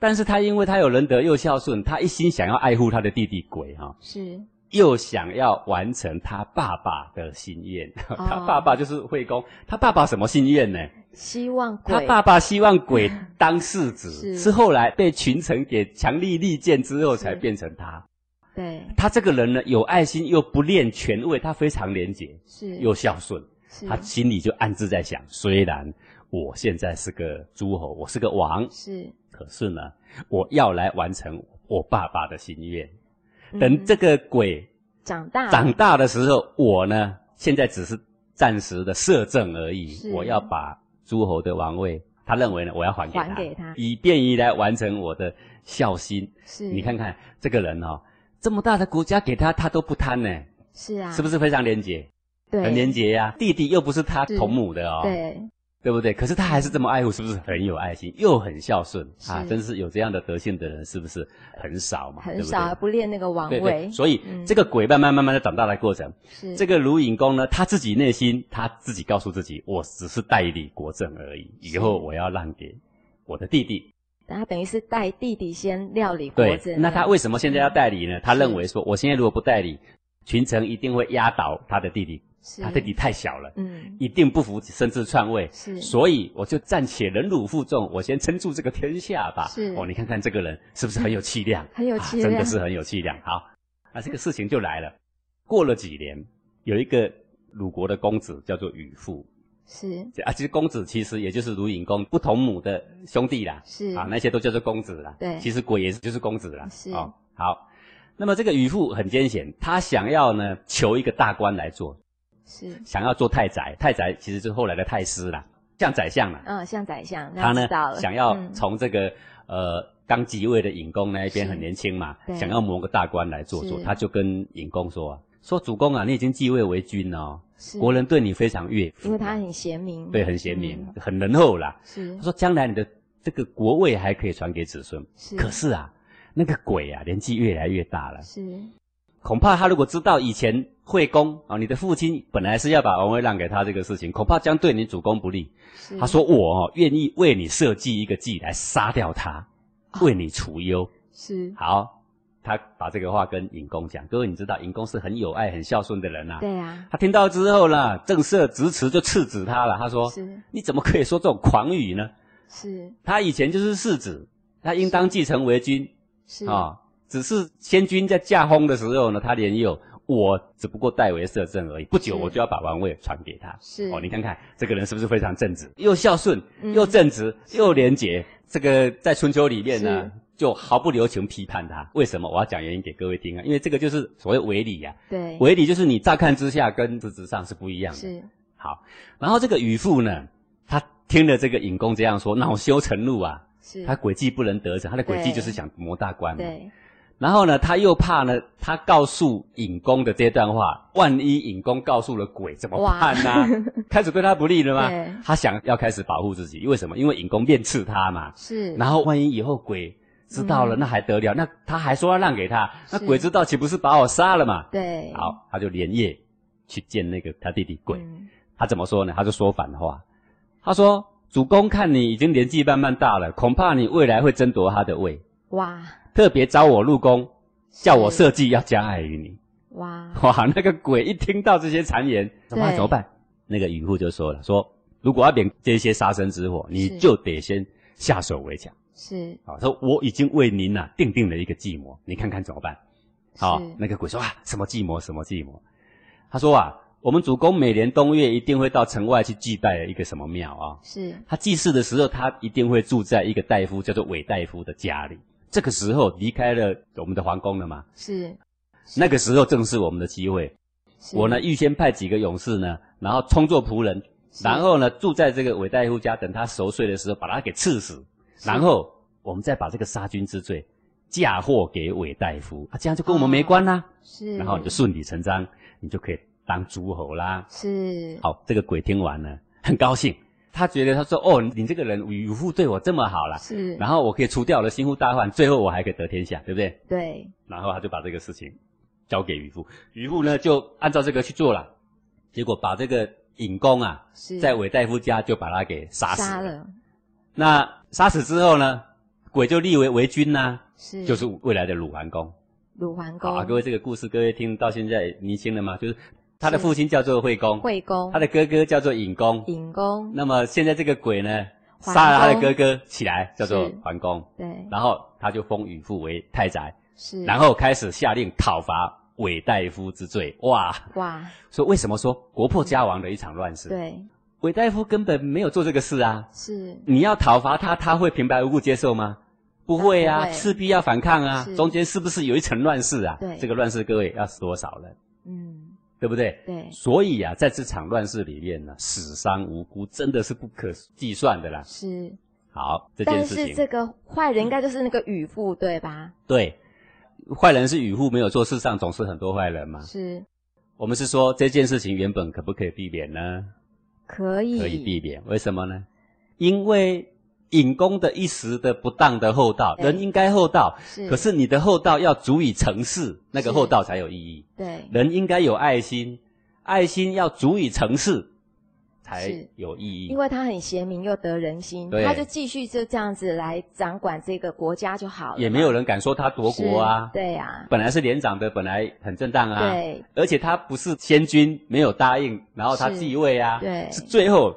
[SPEAKER 2] 但是他因为他有仁德又孝顺，他一心想要爱护他的弟弟鬼哈、
[SPEAKER 1] 是
[SPEAKER 2] 又想要完成他爸爸的心愿。
[SPEAKER 1] 哦
[SPEAKER 2] 他爸爸就是惠公，他爸爸什么心愿呢？
[SPEAKER 1] 希望
[SPEAKER 2] 他
[SPEAKER 1] 鬼
[SPEAKER 2] 爸爸希望鬼当世子，
[SPEAKER 1] 是
[SPEAKER 2] 是后来被群臣给强力力荐之后
[SPEAKER 1] 是
[SPEAKER 2] 才变成他。
[SPEAKER 1] 对
[SPEAKER 2] 他这个人呢，有爱心又不恋权位，他非常廉洁
[SPEAKER 1] 是
[SPEAKER 2] 又孝顺，
[SPEAKER 1] 是
[SPEAKER 2] 他心里就暗自在想：虽然我现在是个诸侯，我是个王，
[SPEAKER 1] 是
[SPEAKER 2] 可是呢，我要来完成我爸爸的心愿。
[SPEAKER 1] 嗯
[SPEAKER 2] 等这个鬼
[SPEAKER 1] 长大了
[SPEAKER 2] 长大的时候，我呢现在只是暂时的摄政而已
[SPEAKER 1] 是，
[SPEAKER 2] 我要把诸侯的王位，他认为呢，我要还给他，
[SPEAKER 1] 还给他
[SPEAKER 2] 以便于来完成我的孝心。
[SPEAKER 1] 是
[SPEAKER 2] 你看看这个人哦，这么大的国家给他，他都不贪呢，
[SPEAKER 1] 是啊
[SPEAKER 2] 是不是非常廉洁？
[SPEAKER 1] 对
[SPEAKER 2] 很廉洁呀、弟弟又不是他
[SPEAKER 1] 是
[SPEAKER 2] 同母的哦，
[SPEAKER 1] 对
[SPEAKER 2] 对不对？可是他还是这么爱护，是不是很有爱心，又很孝顺啊？
[SPEAKER 1] 是
[SPEAKER 2] 真是有这样的德性的人，是不是很少嘛？
[SPEAKER 1] 很
[SPEAKER 2] 对不对
[SPEAKER 1] 少而不练那个王
[SPEAKER 2] 对
[SPEAKER 1] 位
[SPEAKER 2] 对，所以
[SPEAKER 1] 嗯
[SPEAKER 2] 这个鬼慢慢慢慢的长大的过程，
[SPEAKER 1] 是
[SPEAKER 2] 这个卢隐公呢，他自己内心他自己告诉自己，我只是代理国政而已，以后我要让给我的弟弟。
[SPEAKER 1] 他等于是带弟弟先料理国
[SPEAKER 2] 对
[SPEAKER 1] 政，，啊
[SPEAKER 2] 那他为什么现在要代理呢？他认为说，我现在如果不代理，群臣一定会压倒他的弟弟，
[SPEAKER 1] 是
[SPEAKER 2] 他弟弟太小了，
[SPEAKER 1] 嗯
[SPEAKER 2] 一定不服，甚至篡位。
[SPEAKER 1] 是
[SPEAKER 2] 所以我就暂且忍辱负重，我先撑住这个天下吧。
[SPEAKER 1] 是？
[SPEAKER 2] 哦，你看看这个人是不是很有气量
[SPEAKER 1] 很有
[SPEAKER 2] 啊
[SPEAKER 1] 气量
[SPEAKER 2] 真的是很有气量。好，那这个事情就来了。过了几年，有一个鲁国的公子叫做禹父
[SPEAKER 1] 是
[SPEAKER 2] 啊，其实公子其实也就是鲁隐公不同母的兄弟啦，
[SPEAKER 1] 是
[SPEAKER 2] 啊，那些都叫做公子啦。
[SPEAKER 1] 对
[SPEAKER 2] 其实鬼也是就是公子啦。
[SPEAKER 1] 是
[SPEAKER 2] 哦，好。那么这个禹父很艰险，他想要呢求一个大官来做，
[SPEAKER 1] 是
[SPEAKER 2] 想要做太宰，太宰其实就是后来的太师啦，像宰相啦。
[SPEAKER 1] 嗯像宰相那
[SPEAKER 2] 他呢
[SPEAKER 1] 知道了
[SPEAKER 2] 想要
[SPEAKER 1] 嗯
[SPEAKER 2] 从这个、呃刚即位的尹公那一边
[SPEAKER 1] 是
[SPEAKER 2] 很年轻嘛
[SPEAKER 1] 对，
[SPEAKER 2] 想要谋个大官来做做，
[SPEAKER 1] 是
[SPEAKER 2] 他就跟尹公说啊，说主公啊，你已经继位为君了哦，
[SPEAKER 1] 是
[SPEAKER 2] 国人对你非常悦服，
[SPEAKER 1] 因为他很贤明
[SPEAKER 2] 对很贤明、
[SPEAKER 1] 嗯
[SPEAKER 2] 很仁厚啦。
[SPEAKER 1] 是
[SPEAKER 2] 他说将来你的这个国位还可以传给子孙，
[SPEAKER 1] 是
[SPEAKER 2] 可是啊，那个鬼啊，年纪越来越大了，
[SPEAKER 1] 是
[SPEAKER 2] 恐怕他如果知道以前惠公啊、你的父亲本来是要把王位让给他这个事情，恐怕将对你主公不利。
[SPEAKER 1] 是。
[SPEAKER 2] 他说：“我哦，愿意为你设计一个计来杀掉他，
[SPEAKER 1] 哦
[SPEAKER 2] 为你除忧。
[SPEAKER 1] 是，
[SPEAKER 2] 好，他把这个话跟尹公讲。各位，你知道尹公是很有爱、很孝顺的人呐、
[SPEAKER 1] 对啊，
[SPEAKER 2] 他听到之后呢，正色直辞就斥责他了。他说
[SPEAKER 1] 是：“
[SPEAKER 2] 你怎么可以说这种狂语呢？
[SPEAKER 1] 是
[SPEAKER 2] 他以前就是世子，他应当继承为君
[SPEAKER 1] 是
[SPEAKER 2] 啊、只是先君在驾崩的时候呢，他年幼，我只不过代为摄政而已。不久
[SPEAKER 1] 是
[SPEAKER 2] 我就要把王位传给他。
[SPEAKER 1] 是
[SPEAKER 2] 哦，你看看这个人是不是非常正直，又孝顺，
[SPEAKER 1] 嗯
[SPEAKER 2] 又正直，又廉洁？这个在春秋里面呢
[SPEAKER 1] 是，
[SPEAKER 2] 就毫不留情批判他。为什么？我要讲原因给各位听啊，因为这个就是所谓违礼呀、
[SPEAKER 1] 对，
[SPEAKER 2] 违礼就是你乍看之下跟实质上是不一样的。
[SPEAKER 1] 是
[SPEAKER 2] 好，然后这个渔父呢，他听了这个尹公这样说，恼羞成怒啊，
[SPEAKER 1] 是，
[SPEAKER 2] 他诡计不能得逞，他的诡计
[SPEAKER 1] 对
[SPEAKER 2] 就是想谋大官嘛。
[SPEAKER 1] 对
[SPEAKER 2] 然后呢，他又怕呢，他告诉尹公的这段话，万一尹公告诉了鬼怎么办呢、 开始对他不利了吗
[SPEAKER 1] 对？
[SPEAKER 2] 他想要开始保护自己，为什么？因为尹公面斥他嘛。
[SPEAKER 1] 是，
[SPEAKER 2] 然后万一以后鬼知道了，
[SPEAKER 1] 嗯
[SPEAKER 2] 那还得了？那他还说要让给他，那
[SPEAKER 1] 是
[SPEAKER 2] 鬼知道岂不是把我杀了嘛？
[SPEAKER 1] 对，
[SPEAKER 2] 好，他就连夜去见那个他弟弟鬼。
[SPEAKER 1] 嗯
[SPEAKER 2] 他怎么说呢？他就说反话，他说：“主公看你已经年纪慢慢大了，恐怕你未来会争夺他的位，
[SPEAKER 1] 哇，
[SPEAKER 2] 特别招我入宫，叫我
[SPEAKER 1] 是
[SPEAKER 2] 设计要加害于你。”
[SPEAKER 1] 哇，
[SPEAKER 2] 哇，那个鬼一听到这些谗言，怎么
[SPEAKER 1] 嗯
[SPEAKER 2] 办
[SPEAKER 1] 对
[SPEAKER 2] 怎么办？那个渔户就说了：“说如果要免这些杀身之祸，你
[SPEAKER 1] 是
[SPEAKER 2] 就得先下手为强
[SPEAKER 1] 是
[SPEAKER 2] 啊！”说：“我已经为您呐、啊定定了一个计谋，你看看怎么办？”好、
[SPEAKER 1] 是
[SPEAKER 2] 那个鬼说啊，什么计谋，什么计谋？他说啊，我们主公每年冬月一定会到城外去祭拜一个什么庙啊。
[SPEAKER 1] 是
[SPEAKER 2] 他祭祀的时候，他一定会住在一个大夫叫做韦大夫的家里。这个时候离开了我们的皇宫了嘛？
[SPEAKER 1] 是，
[SPEAKER 2] 那个时候正是我们的机会。
[SPEAKER 1] 是
[SPEAKER 2] 我呢，预先派几个勇士呢，然后充作仆人，
[SPEAKER 1] 是
[SPEAKER 2] 然后呢住在这个韦大夫家，等他熟睡的时候把他给刺死，然后我们再把这个杀君之罪嫁祸给韦大夫，啊，这样就跟我们没关啦、
[SPEAKER 1] 哦是，
[SPEAKER 2] 然后你就顺理成章，你就可以当诸侯啦。
[SPEAKER 1] 是
[SPEAKER 2] 好，这个鬼听完了，很高兴，他觉得他说哦，你这个人与父对我这么好啦，
[SPEAKER 1] 是，
[SPEAKER 2] 然后我可以除掉了心腹大患，最后我还可以得天下，对不对？
[SPEAKER 1] 对
[SPEAKER 2] 然后他就把这个事情交给渔父，渔父呢就按照这个去做了，结果把这个尹公啊，
[SPEAKER 1] 是
[SPEAKER 2] 在韦大夫家就把他给杀死
[SPEAKER 1] 杀
[SPEAKER 2] 了。
[SPEAKER 1] 了，
[SPEAKER 2] 那杀死之后呢，鬼就立为为君呐、
[SPEAKER 1] 是
[SPEAKER 2] 就是未来的鲁桓公。
[SPEAKER 1] 鲁桓
[SPEAKER 2] 好、
[SPEAKER 1] 公
[SPEAKER 2] 啊，各位这个故事，各位听到现在厘清了吗？就是他的
[SPEAKER 1] 是
[SPEAKER 2] 父亲叫做惠公，
[SPEAKER 1] 惠公
[SPEAKER 2] 他的哥哥叫做尹公，
[SPEAKER 1] 隐公，
[SPEAKER 2] 那么现在这个鬼呢，
[SPEAKER 1] 桓
[SPEAKER 2] 杀了他的
[SPEAKER 1] 公
[SPEAKER 2] 哥哥起来，叫做
[SPEAKER 1] 是
[SPEAKER 2] 桓公，
[SPEAKER 1] 对
[SPEAKER 2] 然后他就封禹父为太宰，
[SPEAKER 1] 是，
[SPEAKER 2] 然后开始下令讨伐韦大夫之罪。哇，
[SPEAKER 1] 哇，
[SPEAKER 2] 所以为什么说国破家亡的一场乱世？，
[SPEAKER 1] 对
[SPEAKER 2] 韦大夫根本没有做这个事啊！
[SPEAKER 1] 是
[SPEAKER 2] 你要讨伐他，他会平白无故接受吗？不会
[SPEAKER 1] 他
[SPEAKER 2] 啊，
[SPEAKER 1] 不会
[SPEAKER 2] 势必要反抗啊！
[SPEAKER 1] 是
[SPEAKER 2] 中间是不是有一层乱世啊？
[SPEAKER 1] 对
[SPEAKER 2] 这个乱世各位要死多少人，
[SPEAKER 1] 嗯
[SPEAKER 2] 对不对？
[SPEAKER 1] 对
[SPEAKER 2] 所以啊，在这场乱世里面呢，死伤无辜真的是不可计算的啦。
[SPEAKER 1] 是，
[SPEAKER 2] 好，这件
[SPEAKER 1] 但
[SPEAKER 2] 事
[SPEAKER 1] 是
[SPEAKER 2] 情，
[SPEAKER 1] 这个坏人应该就是那个禹父对吧？
[SPEAKER 2] 对，坏人是与户没有做，世上总是很多坏人嘛。
[SPEAKER 1] 是
[SPEAKER 2] 我们是说这件事情原本可不可以避免呢？
[SPEAKER 1] 可以
[SPEAKER 2] 可以避免，为什么呢？因为引弓的一时的不当的厚道，
[SPEAKER 1] 对
[SPEAKER 2] 人应该厚道，
[SPEAKER 1] 是，
[SPEAKER 2] 可是你的厚道要足以成事，那个
[SPEAKER 1] 是
[SPEAKER 2] 厚道才有意义。
[SPEAKER 1] 对
[SPEAKER 2] 人应该有爱心，爱心要足以成事，才
[SPEAKER 1] 是
[SPEAKER 2] 有意义
[SPEAKER 1] 因。为他很贤明又得人心，
[SPEAKER 2] 对
[SPEAKER 1] 他就继续就这样子来掌管这个国家就好了嘛。
[SPEAKER 2] 也没有人敢说他夺国啊
[SPEAKER 1] 是，对呀、
[SPEAKER 2] 本来是连长的，本来很正当啊。
[SPEAKER 1] 对
[SPEAKER 2] 而且他不是先君，没有答应，然后他
[SPEAKER 1] 是
[SPEAKER 2] 继位啊，
[SPEAKER 1] 对
[SPEAKER 2] 是最后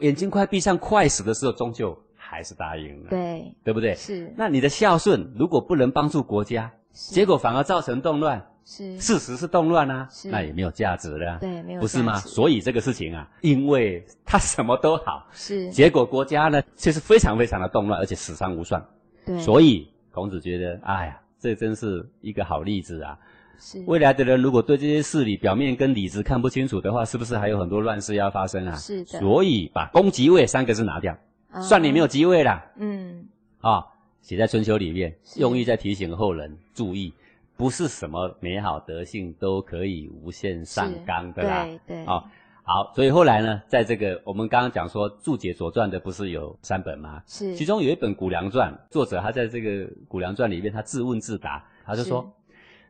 [SPEAKER 2] 眼睛快闭上、快死的时候，终究还是答应了，
[SPEAKER 1] 对
[SPEAKER 2] 对不对？
[SPEAKER 1] 是，
[SPEAKER 2] 那你的孝顺如果不能帮助国家，
[SPEAKER 1] 是
[SPEAKER 2] 啊结果反而造成动乱，
[SPEAKER 1] 是
[SPEAKER 2] 事实是动乱啊，
[SPEAKER 1] 是
[SPEAKER 2] 那也没有价值了啊、
[SPEAKER 1] 对没有
[SPEAKER 2] 不是吗？
[SPEAKER 1] 价值
[SPEAKER 2] 所以这个事情啊，因为他什么都 好，
[SPEAKER 1] 是，
[SPEAKER 2] 结果国家呢却是非常非常的动乱，而且死伤无算。
[SPEAKER 1] 对，
[SPEAKER 2] 所以孔子觉得，哎呀，这真是一个好例子啊！
[SPEAKER 1] 是
[SPEAKER 2] 未来的人如果对这些事理表面跟里子看不清楚的话，是不是还有很多乱事要发生啊？
[SPEAKER 1] 是的
[SPEAKER 2] 所以把公即位三个字拿掉，
[SPEAKER 1] 啊
[SPEAKER 2] 算你没有即位啦
[SPEAKER 1] 嗯
[SPEAKER 2] 啊、写在春秋里面，
[SPEAKER 1] 是
[SPEAKER 2] 用意在提醒后人注意，不是什么美好德性都可以无限上纲的啦。
[SPEAKER 1] 是对对
[SPEAKER 2] 啊、好，所以后来呢，在这个我们刚刚讲说注解《左传》的不是有三本吗？
[SPEAKER 1] 是，
[SPEAKER 2] 其中有一本《谷梁传》，作者他在这个《谷梁传》里面，他自问自答，他就说：“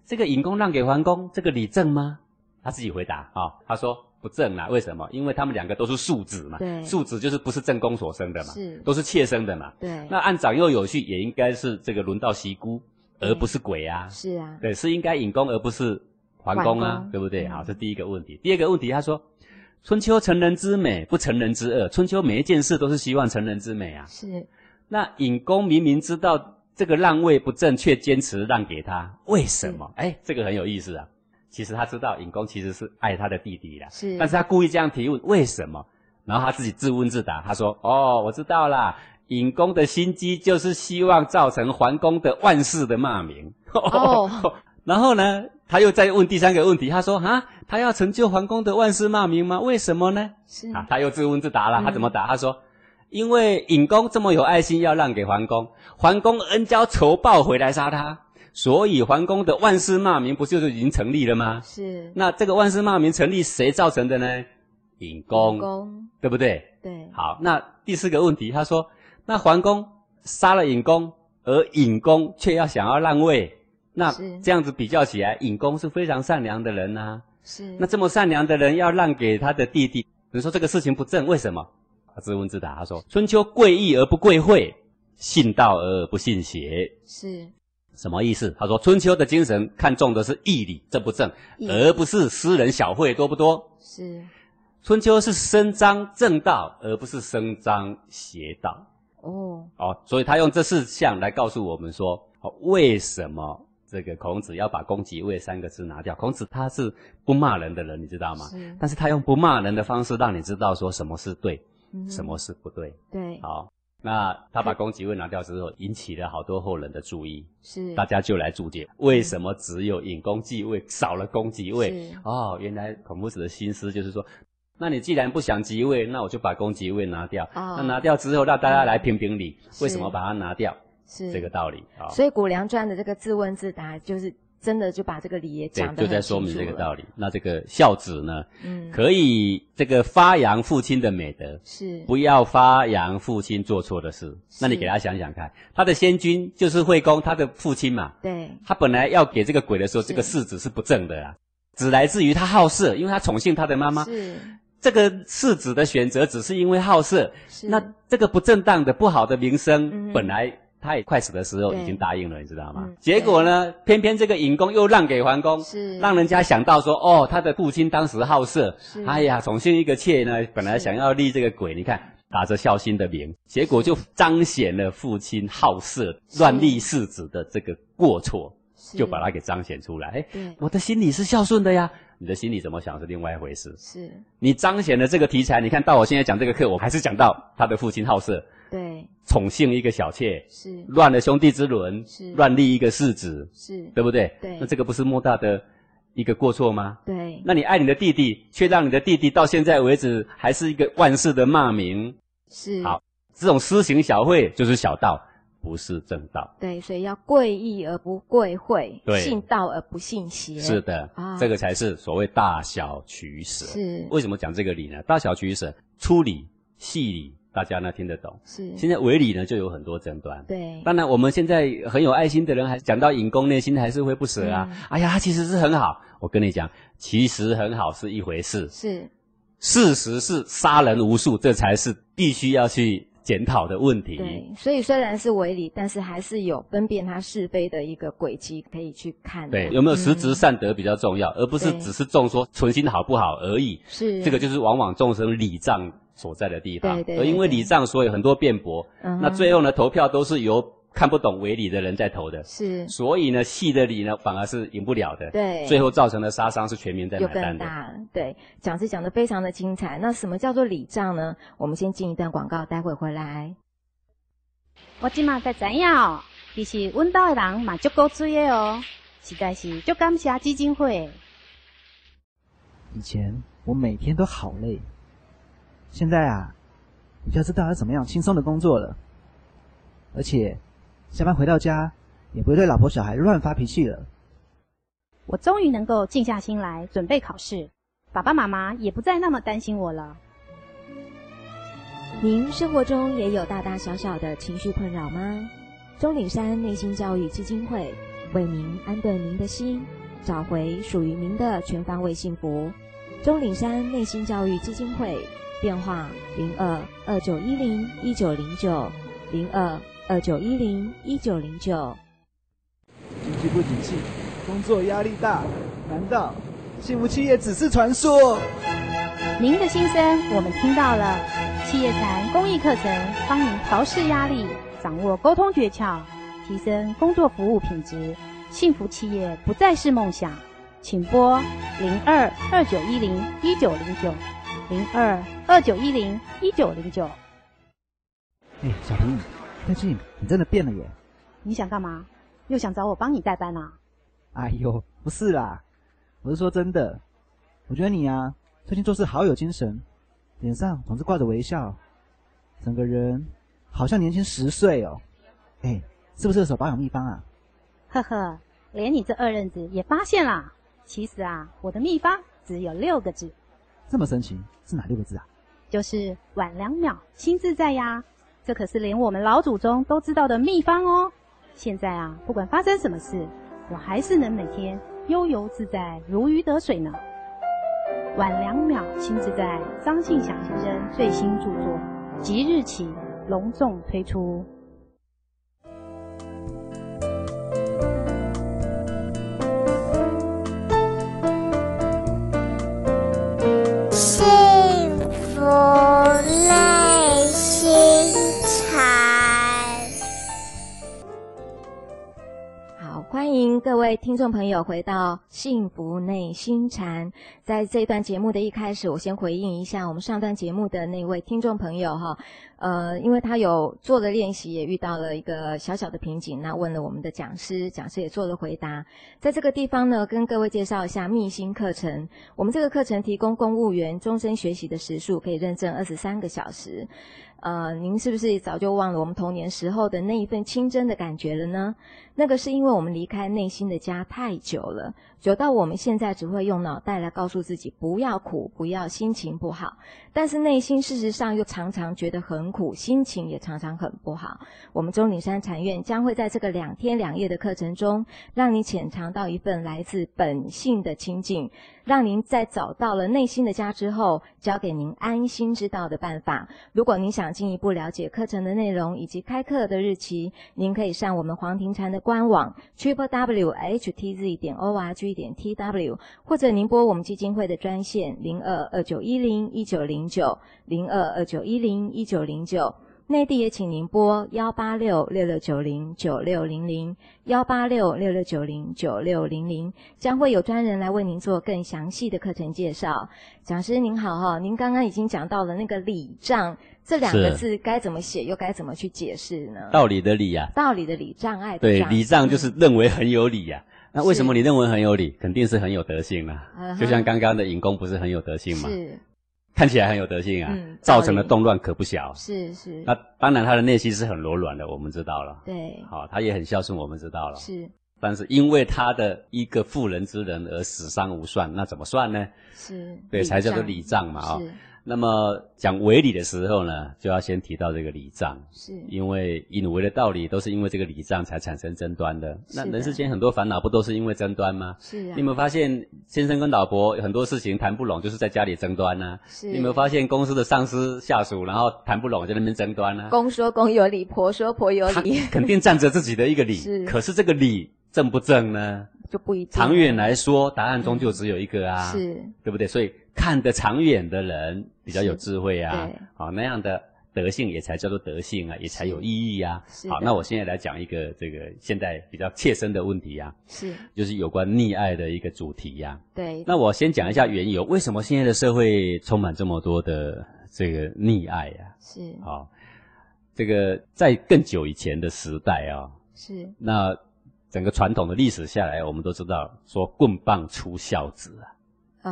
[SPEAKER 2] 这个尹公让给桓公，这个礼正吗？”他自己回答啊、他说：“不正啦，为什么？因为他们两个都是庶子嘛
[SPEAKER 1] 对，
[SPEAKER 2] 庶子就是不是正宫所生的嘛，
[SPEAKER 1] 是
[SPEAKER 2] 都是妾生的嘛。
[SPEAKER 1] 对，
[SPEAKER 2] 那按长幼有序，也应该是这个轮到席姑，而
[SPEAKER 1] 对
[SPEAKER 2] 不是鬼啊。
[SPEAKER 1] 是啊，
[SPEAKER 2] 对，是应该引公而不是还公
[SPEAKER 1] 桓
[SPEAKER 2] 啊，
[SPEAKER 1] 公
[SPEAKER 2] 对不对？
[SPEAKER 1] 嗯
[SPEAKER 2] 好，这第一个问题。第二个问题，他说：“春秋成人之美，不成人之恶。春秋每一件事都是希望成人之美啊。
[SPEAKER 1] 是
[SPEAKER 2] 那引公明明知道这个让位不正，却坚持让给他，为什么？哎，这个很有意思啊。其实他知道引公其实是爱他的弟弟啦，
[SPEAKER 1] 是，
[SPEAKER 2] 但是他故意这样提问，为什么？然后他自己自问自答，他说：“哦，我知道啦，尹公的心机就是希望造成桓公的万世的骂名。”
[SPEAKER 1] 哦，
[SPEAKER 2] 然后呢，他又再问第三个问题，他说：“啊，他要成就桓公的万世骂名吗？为什么呢？”
[SPEAKER 1] 是
[SPEAKER 2] 啊，他又自问自答了，
[SPEAKER 1] 嗯
[SPEAKER 2] 他怎么答？他说：“因为尹公这么有爱心，要让给桓公，桓公恩将仇报回来杀他，所以桓公的万世骂名不就是已经成立了吗？”
[SPEAKER 1] 是
[SPEAKER 2] 那这个万世骂名成立谁造成的呢？尹公，
[SPEAKER 1] 公，
[SPEAKER 2] 对不对？
[SPEAKER 1] 对，
[SPEAKER 2] 好，那第四个问题，他说，那桓公杀了尹公，而尹公却要想要让位，那
[SPEAKER 1] 是
[SPEAKER 2] 这样子比较起来，尹公是非常善良的人啊呐、
[SPEAKER 1] 是
[SPEAKER 2] 那这么善良的人要让给他的弟弟，你说这个事情不正，为什么？他自问自答，他说：“春秋贵义而不贵惠，信道而不信邪。”
[SPEAKER 1] 是
[SPEAKER 2] 什么意思？他说春秋的精神看重的是义理正不正，
[SPEAKER 1] 义
[SPEAKER 2] 而不是私人小惠多不多。
[SPEAKER 1] 是
[SPEAKER 2] 春秋是伸张正道，而不是伸张邪道。
[SPEAKER 1] 哦，
[SPEAKER 2] 哦，所以他用这四项来告诉我们说，哦，为什么这个孔子要把“攻击卫”三个字拿掉？孔子他是不骂人的人，你知道吗？
[SPEAKER 1] 是
[SPEAKER 2] 但是他用不骂人的方式，让你知道说什么是对，
[SPEAKER 1] 嗯哼
[SPEAKER 2] 什么是不对。
[SPEAKER 1] 对
[SPEAKER 2] 好，那他把“攻击卫”拿掉之后，引起了好多后人的注意。
[SPEAKER 1] 是
[SPEAKER 2] 大家就来注解为什么只有引弓继位，少了弓即位
[SPEAKER 1] 是。
[SPEAKER 2] 哦，原来孔夫子的心思就是说，那你既然不想即位，那我就把弓即位拿掉。
[SPEAKER 1] 哦
[SPEAKER 2] 那拿掉之后，让大家来评评理，
[SPEAKER 1] 是
[SPEAKER 2] 为什么把它拿掉？
[SPEAKER 1] 是
[SPEAKER 2] 这个道理啊，
[SPEAKER 1] 所以《谷梁传》的这个自问自答，就是真的就把这个理也
[SPEAKER 2] 对
[SPEAKER 1] 讲，得
[SPEAKER 2] 就在
[SPEAKER 1] 很
[SPEAKER 2] 说
[SPEAKER 1] 清
[SPEAKER 2] 明
[SPEAKER 1] 楚
[SPEAKER 2] 这个
[SPEAKER 1] 了
[SPEAKER 2] 道理。那这个孝子呢，
[SPEAKER 1] 嗯，
[SPEAKER 2] 可以这个发扬父亲的美德，
[SPEAKER 1] 是
[SPEAKER 2] 不要发扬父亲做错的事。那你给他想想看，他的先君就是惠公，他的父亲嘛，
[SPEAKER 1] 对
[SPEAKER 2] 他本来要给这个鬼的时候，
[SPEAKER 1] 是
[SPEAKER 2] 这个世子是不正的啊，只来自于他好色，因为他宠幸他的妈妈。
[SPEAKER 1] 是
[SPEAKER 2] 这个世子的选择只是因为好色，
[SPEAKER 1] 是
[SPEAKER 2] 那这个不正当的、不好的名声，
[SPEAKER 1] 嗯
[SPEAKER 2] 本来他也快死的时候
[SPEAKER 1] 对
[SPEAKER 2] 已经答应了，你知道吗？
[SPEAKER 1] 嗯
[SPEAKER 2] 结果呢，偏偏这个尹公又让给桓公，
[SPEAKER 1] 是
[SPEAKER 2] 让人家想到说，哦，他的父亲当时好色
[SPEAKER 1] 是，
[SPEAKER 2] 哎呀，宠幸一个妾呢，本来
[SPEAKER 1] 是
[SPEAKER 2] 想要立这个鬼，你看。打着孝心的名，结果就彰显了父亲好色、
[SPEAKER 1] 是
[SPEAKER 2] 乱立世子的这个过错。
[SPEAKER 1] 是
[SPEAKER 2] 就把它给彰显出来。哎，
[SPEAKER 1] 对
[SPEAKER 2] 我的心里是孝顺的呀，你的心里怎么想是另外一回事。
[SPEAKER 1] 是
[SPEAKER 2] 你彰显了这个题材，你看到我现在讲这个课，我还是讲到他的父亲好色，
[SPEAKER 1] 对
[SPEAKER 2] 宠幸一个小妾，
[SPEAKER 1] 是
[SPEAKER 2] 乱了兄弟之伦
[SPEAKER 1] 是，
[SPEAKER 2] 乱立一个世子，
[SPEAKER 1] 是
[SPEAKER 2] 对不对？
[SPEAKER 1] 对
[SPEAKER 2] 那这个不是莫大的一个过错吗？
[SPEAKER 1] 对
[SPEAKER 2] 那你爱你的弟弟，却让你的弟弟到现在为止还是一个万世的骂名，
[SPEAKER 1] 是
[SPEAKER 2] 好这种私行小惠就是小道，不是正道。
[SPEAKER 1] 对，所以要贵义而不贵惠，
[SPEAKER 2] 对
[SPEAKER 1] 信道而不信邪，
[SPEAKER 2] 是的，
[SPEAKER 1] 啊
[SPEAKER 2] 这个才是所谓大小取舍。
[SPEAKER 1] 是
[SPEAKER 2] 为什么讲这个理呢？大小取舍，粗理、细理，大家呢听得懂。
[SPEAKER 1] 是
[SPEAKER 2] 现在唯理呢就有很多争端。
[SPEAKER 1] 对
[SPEAKER 2] 当然，我们现在很有爱心的人，还讲到引弓，内心还是会不舍
[SPEAKER 1] 嗯
[SPEAKER 2] 啊。哎呀，他其实是很好。我跟你讲，其实很好是一回事，
[SPEAKER 1] 是
[SPEAKER 2] 事实是杀人无数，这才是必须要去检讨的问题。
[SPEAKER 1] 对，所以虽然是违理，但是还是有分辨它是非的一个轨迹可以去看的。
[SPEAKER 2] 对，有没有实
[SPEAKER 1] 嗯
[SPEAKER 2] 质善德比较重要，而不是
[SPEAKER 1] 对
[SPEAKER 2] 只是重说存心好不好而已。
[SPEAKER 1] 嗯是
[SPEAKER 2] 这个就是往往众生理障所在的地方。
[SPEAKER 1] 对对
[SPEAKER 2] 而因为
[SPEAKER 1] 对对
[SPEAKER 2] 理障，所以很多辩驳。
[SPEAKER 1] 嗯哼
[SPEAKER 2] 那最后呢，投票都是由看不懂为理的人在投的，
[SPEAKER 1] 是
[SPEAKER 2] 所以呢，细的理呢反而是赢不了的。
[SPEAKER 1] 对
[SPEAKER 2] 最后造成的杀伤是全民在
[SPEAKER 1] 又
[SPEAKER 2] 买单
[SPEAKER 1] 更
[SPEAKER 2] 的。
[SPEAKER 1] 大了。对，讲是讲的非常的精彩。那什么叫做礼账呢？我们先进一段广告，待会回来。
[SPEAKER 3] 我即马才知影哦，其实阮兜的人嘛足够水的哦，实在是足感谢基金会。
[SPEAKER 4] 以前我每天都好累，现在啊，比较知道要怎么样轻松的工作了，而且下班回到家也不会对老婆小孩乱发脾气了。
[SPEAKER 3] 我终于能够静下心来准备考试，爸爸妈妈也不再那么担心我了。
[SPEAKER 1] 您生活中也有大大小小的情绪困扰吗？钟岭山内心教育基金会为您安顿您的心，找回属于您的全方位幸福。钟岭山内心教育基金会电话零二二九一零一九零九零二二九一零一九零九。
[SPEAKER 4] 经济不景气，工作压力大，难道幸福企业只是传说？
[SPEAKER 3] 您的心声我们听到了，企业禅公益课程帮您调试压力，掌握沟通诀窍，提升工作服务品质，幸福企业不再是梦想。请拨零二二九一零一九零九零二二九一零一九零九。
[SPEAKER 4] 哎，小平，最近你真的变了耶！
[SPEAKER 3] 你想干嘛？又想找我帮你代班啊？
[SPEAKER 4] 哎呦，不是啦，我是说真的，我觉得你啊，最近做事好有精神，脸上总是挂着微笑，整个人好像年轻十岁哦。哎，是不是有什么保养秘方啊？
[SPEAKER 3] 呵呵，连你这二愣子也发现啦。其实啊，我的秘方只有六个字，
[SPEAKER 4] 这么神奇，是哪六个字啊？
[SPEAKER 3] 就是晚两秒，心自在呀。这可是连我们老祖宗都知道的秘方哦。现在啊，不管发生什么事，我还是能每天悠游自在，如鱼得水呢。晚两秒，心自在，张信祥先生最新著作，即日起隆重推出。
[SPEAKER 5] 幸福内心禅。
[SPEAKER 1] 好，欢迎各位听众朋友回到《幸福内心禅》。在这一段节目的一开始，我先回应一下我们上段节目的那位听众朋友哈，呃，因为他有做了练习，也遇到了一个小小的瓶颈，那问了我们的讲师，讲师也做了回答。在这个地方呢，跟各位介绍一下密心课程。我们这个课程提供公务员终身学习的时数，可以认证二十三个小时。呃，您是不是早就忘了我们童年时候的那一份清真的感觉了呢？那个是因为我们离开内心的家太久了，久到我们现在只会用脑袋来告诉自己不要苦，不要心情不好，但是内心事实上又常常觉得很苦，心情也常常很不好。我们钟岭山禅院将会在这个两天两夜的课程中，让你浅尝到一份来自本性的清净，让您在找到了内心的家之后，教给您安心之道的办法。如果您想进一步了解课程的内容以及开课的日期，您可以上我们黄庭禅的官网 triple w h t z 点 o r g 点 t w，或者您拨我们基金会的专线零二二九一零一九零九零二二九一零一九零九。内地也请您拨幺八六六六九零九六零零幺八六六六九零九六零零，将会有专人来为您做更详细的课程介绍。讲师您好哈、您刚刚已经讲到了那个礼障这两个
[SPEAKER 2] 是
[SPEAKER 1] 字该怎么写，又该怎么去解释呢？
[SPEAKER 2] 道理的理呀、
[SPEAKER 1] 道理的理，障碍嗯的
[SPEAKER 2] 对，
[SPEAKER 1] 障
[SPEAKER 2] 理障就是认为很有理呀、啊那为什么
[SPEAKER 1] 是
[SPEAKER 2] 你认为很有理？肯定是很有德性啊啦、
[SPEAKER 1] 嗯哼
[SPEAKER 2] 就像刚刚的尹公不是很有德性吗？
[SPEAKER 1] 是
[SPEAKER 2] 看起来很有德性啊，
[SPEAKER 1] 嗯
[SPEAKER 2] 造成的
[SPEAKER 1] 道理
[SPEAKER 2] 动乱可不小。
[SPEAKER 1] 是是，
[SPEAKER 2] 那当然，他的内心是很柔软的，我们知道了。
[SPEAKER 1] 对，
[SPEAKER 2] 好，他也很孝顺，我们知道了。
[SPEAKER 1] 是
[SPEAKER 2] 但是因为他的一个妇人之仁而死伤无算，那怎么算呢？
[SPEAKER 1] 是，
[SPEAKER 2] 对，才叫做礼障嘛啊、哦。那么讲为理的时候呢，就要先提到这个礼障，
[SPEAKER 1] 是是
[SPEAKER 2] 因为以为的道理都是因为这个礼障才产生争端的。那
[SPEAKER 1] 是的
[SPEAKER 2] 人世间很多烦恼不都是因为争端吗？
[SPEAKER 1] 是啊，
[SPEAKER 2] 你有没有发现先生跟老婆有很多事情谈不拢，就是在家里争端啊呢、
[SPEAKER 1] 是
[SPEAKER 2] 你有没有发现公司的上司下属，然后谈不拢在那边争端呢、
[SPEAKER 1] 公说公有理，婆说婆有
[SPEAKER 2] 他
[SPEAKER 1] 理，
[SPEAKER 2] 肯定站着自己的一个理，
[SPEAKER 1] 是
[SPEAKER 2] 可是这个理正不正呢？
[SPEAKER 1] 就不一定啊
[SPEAKER 2] 长远来说，答案终究只有一个啊，
[SPEAKER 1] 是
[SPEAKER 2] 对不对？所以看得长远的人比较有智慧啊
[SPEAKER 1] 是对，
[SPEAKER 2] 好、那样的德性也才叫做德性啊，也才有意义啊
[SPEAKER 1] 是。
[SPEAKER 2] 好，
[SPEAKER 1] 的
[SPEAKER 2] 那我现在来讲一个这个现在比较切身的问题啊，
[SPEAKER 1] 是，
[SPEAKER 2] 就是有关溺爱的一个主题呀、
[SPEAKER 1] 对，
[SPEAKER 2] 那我先讲一下缘由，为什么现在的社会充满这么多的这个溺爱呀、
[SPEAKER 1] 是
[SPEAKER 2] 啊？好，这个在更久以前的时代啊、
[SPEAKER 1] 是
[SPEAKER 2] 那整个传统的历史下来，我们都知道说棍棒出孝子啊，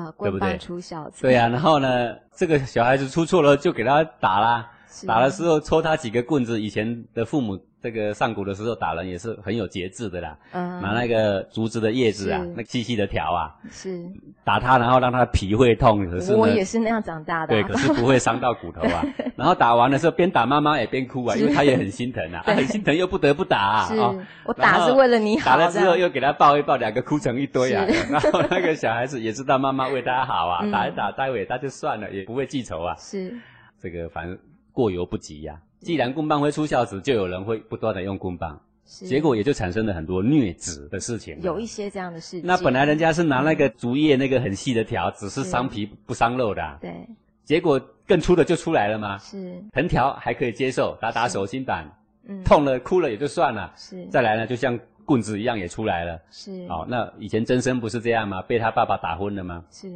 [SPEAKER 1] 呃，
[SPEAKER 2] 对
[SPEAKER 1] 棍
[SPEAKER 2] 不
[SPEAKER 1] 棒
[SPEAKER 2] 对
[SPEAKER 1] 出孝子，
[SPEAKER 2] 对啊，然后呢，这个小孩子出错了就给他打啦，
[SPEAKER 1] 是啊
[SPEAKER 2] 打了之后抽他几个棍子，以前的父母这个上古的时候打人也是很有节制的啦，
[SPEAKER 1] 嗯，
[SPEAKER 2] 拿那个竹子的叶子啊
[SPEAKER 1] 是，
[SPEAKER 2] 那细细的条啊，
[SPEAKER 1] 是，
[SPEAKER 2] 打它，然后让它皮会痛，可是呢
[SPEAKER 1] 我也是那样长大的
[SPEAKER 2] 对，
[SPEAKER 1] 啊、
[SPEAKER 2] 可是不会伤到骨头 啊。然后打完的时候，边打妈妈也边哭啊，
[SPEAKER 1] 是
[SPEAKER 2] 因为她也很心疼啊，啊
[SPEAKER 1] 对
[SPEAKER 2] 很心疼又不得不打啊。
[SPEAKER 1] 是、
[SPEAKER 2] 哦
[SPEAKER 1] 我打是为了你好
[SPEAKER 2] 打
[SPEAKER 1] 的，
[SPEAKER 2] 了之后又给他抱一抱，两个哭成一堆啊
[SPEAKER 1] 是。
[SPEAKER 2] 然后那个小孩子也知道妈妈为他好啊，
[SPEAKER 1] 嗯
[SPEAKER 2] 打一打，待会他就算了，也不会记仇啊。
[SPEAKER 1] 是
[SPEAKER 2] 这个反正过犹不及呀、
[SPEAKER 1] 嗯
[SPEAKER 2] 既然棍棒会出孝子，就有人会不断的用棍棒，
[SPEAKER 1] 是，
[SPEAKER 2] 结果也就产生了很多虐子的事情啊。
[SPEAKER 1] 有一些这样的事情。
[SPEAKER 2] 那本来人家是拿那个竹叶那个很细的条，只是
[SPEAKER 1] 是
[SPEAKER 2] 伤皮不伤肉的啊、
[SPEAKER 1] 对
[SPEAKER 2] 结果更粗的就出来了嘛。
[SPEAKER 1] 是
[SPEAKER 2] 藤条还可以接受，打打手心板，
[SPEAKER 1] 嗯
[SPEAKER 2] 痛了哭了也就算了。
[SPEAKER 1] 是
[SPEAKER 2] 再来呢，就像棍子一样也出来了。
[SPEAKER 1] 是
[SPEAKER 2] 哦，那以前真生不是这样吗？被他爸爸打昏了吗？
[SPEAKER 1] 是